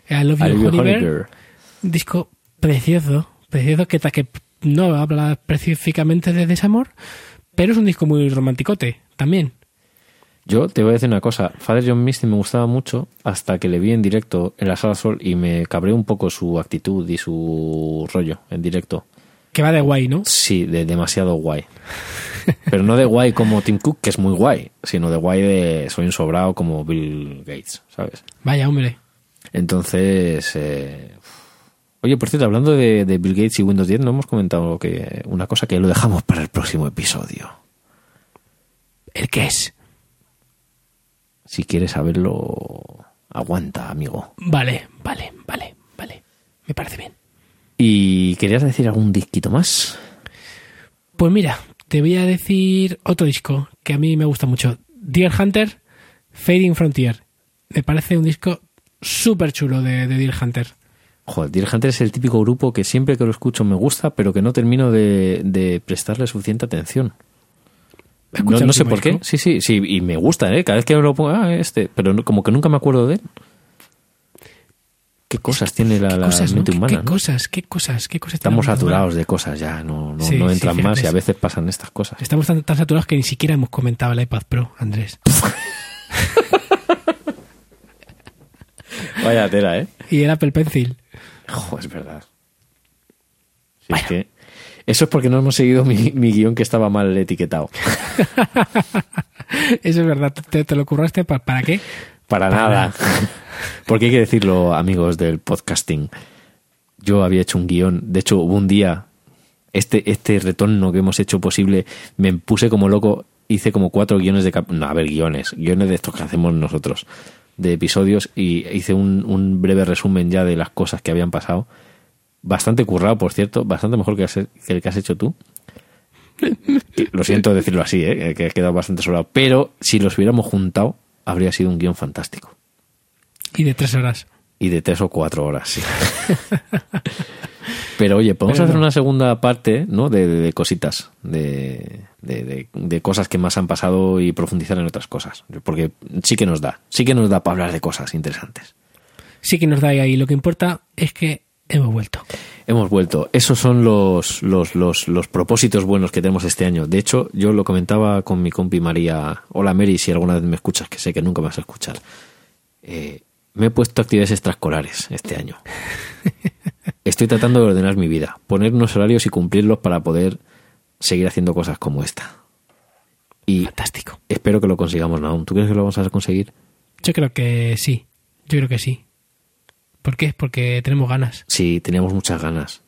A: I Love You,
B: I Love You,
A: Honey Bear.
B: Honey Bear.
A: Un disco precioso, precioso que, ta- que no habla específicamente de desamor, pero es un disco muy romanticote también.
B: Yo te voy a decir una cosa, Father John Misty me gustaba mucho hasta que le vi en directo en la Sala Sol y me cabré un poco su actitud y su rollo en directo.
A: Que va de guay, ¿no?
B: Sí, de demasiado guay. Pero no de guay como Tim Cook, que es muy guay, sino de guay de soy un sobrado como Bill Gates, ¿sabes?
A: Vaya, hombre.
B: Entonces... eh, Oye, por cierto, hablando de, de Bill Gates y Windows 10, no hemos comentado que una cosa que lo dejamos para el próximo episodio.
A: ¿El qué es?
B: Si quieres saberlo, aguanta, amigo.
A: Vale, vale, vale, vale. Me parece bien.
B: ¿Y querías decir algún disquito más?
A: Pues mira, te voy a decir otro disco que a mí me gusta mucho. Deer Hunter, Fading Frontier. Me parece un disco súper chulo de, de Deer Hunter.
B: Joder, Dear Hunter es el típico grupo que siempre que lo escucho me gusta, pero que no termino de, de prestarle suficiente atención. No,
A: Escucha el
B: no sé
A: último
B: por qué.
A: disco.
B: Sí, sí, sí, y me gusta, ¿eh? Cada vez que me lo pongo, ah, este, pero no- como que nunca me acuerdo de él. ¿Qué cosas tiene la,
A: ¿Qué
B: la
A: cosas, no?
B: mente
A: ¿Qué-
B: humana?
A: ¿Qué,
B: no?
A: cosas, qué cosas, qué cosas.
B: Estamos
A: tenemos la mente humana?
B: saturados de cosas ya, no, no,
A: Sí,
B: no
A: sí, Este,
B: entran
A: fíjate
B: más y a
A: eso.
B: veces pasan estas cosas.
A: Estamos tan, tan saturados que ni siquiera hemos comentado el iPad Pro, Andrés.
B: Vaya tela, ¿eh?
A: Y el Apple Pencil.
B: Joder, es verdad. Sí, es que- Eso es porque no hemos seguido mi, mi guión que estaba mal etiquetado.
A: Eso es verdad, te, te lo curraste pa- para qué?
B: Para, nada. Porque hay que decirlo, amigos del podcasting. Yo había hecho un guión. De hecho, hubo un día, este, este retorno que hemos hecho posible, me puse como loco. Hice como cuatro guiones de... cap- No, a ver, guiones. Guiones de estos que hacemos nosotros. De episodios. Y hice un, un breve resumen ya de las cosas que habían pasado. Bastante currado, por cierto. Bastante mejor que, has- que el que has hecho tú. Lo siento decirlo así, ¿eh? que ha quedado bastante sobrado. Pero si los hubiéramos juntado, habría sido un guión fantástico
A: Y de tres horas.
B: y de tres o cuatro horas, sí. Pero oye, podemos
A: Pero
B: hacer
A: no.
B: una segunda parte, ¿no? De, de- de cositas, de, de- de- de cosas que más han pasado y profundizar en otras cosas. Porque sí que nos da, sí que nos da para hablar de cosas interesantes.
A: Sí que nos da ahí. Lo que importa es que hemos vuelto.
B: Hemos vuelto. Esos son los, los, los, los propósitos buenos que tenemos este año. De hecho, yo lo comentaba con mi compi María. Hola Mary, si alguna vez me escuchas, que sé que nunca me vas a escuchar. Eh, me he puesto actividades extraescolares este año. Estoy tratando de ordenar mi vida, poner unos horarios y cumplirlos para poder seguir haciendo cosas como esta. Y
A: Fantástico.
B: espero que lo consigamos, Naum. ¿Tú crees que lo vamos a conseguir?
A: Yo creo que sí. Yo creo que sí. ¿Por qué? Porque tenemos ganas.
B: Sí, teníamos muchas ganas.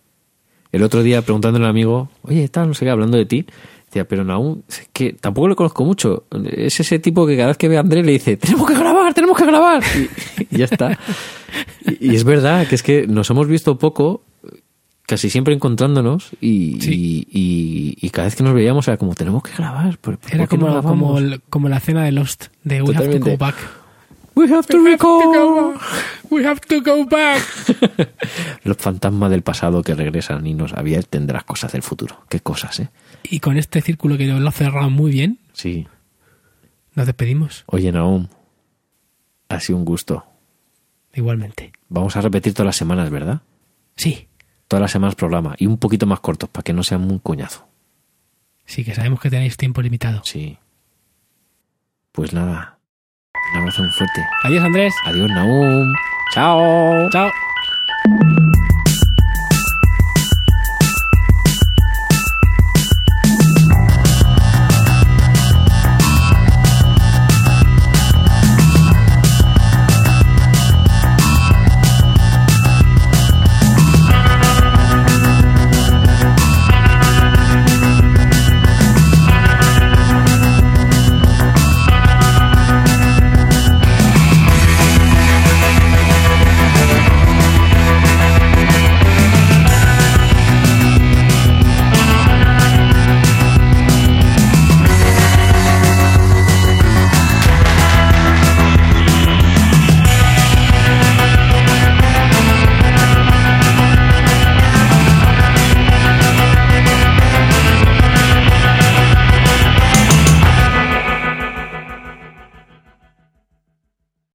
B: El otro día preguntándole a un amigo, oye, tal, no sé qué, hablando de ti. Decía, pero Naum, es que tampoco lo conozco mucho. Es ese tipo que cada vez que ve a Andrés le dice, tenemos que grabar, tenemos que grabar. Y, y ya está. Y, y es verdad que es que nos hemos visto poco, casi siempre encontrándonos, y,
A: Sí.
B: y- y- y cada vez que nos veíamos era como, tenemos que grabar. ¿por- por
A: Era
B: qué no
A: como,
B: grabamos?
A: como, el- como la cena de Lost, de We Have to
B: Totalmente.
A: Go Back.
B: We have to record.
A: We have to go back.
B: Los fantasmas del pasado que regresan y nos advierten de las cosas del futuro. Qué cosas, ¿eh?
A: Y con este círculo que lo ha cerrado muy bien,
B: Sí.
A: nos despedimos
B: Oye, Naum, ha sido un gusto.
A: igualmente.
B: Vamos a repetir todas las semanas, ¿verdad?
A: Sí,
B: Todas las semanas programa y un poquito más cortos para que no sean un coñazo.
A: sí que sabemos que tenéis tiempo limitado.
B: Sí. Pues nada. Un abrazo muy fuerte.
A: Adiós, Andrés.
B: Adiós, Naum. Chao.
A: Chao.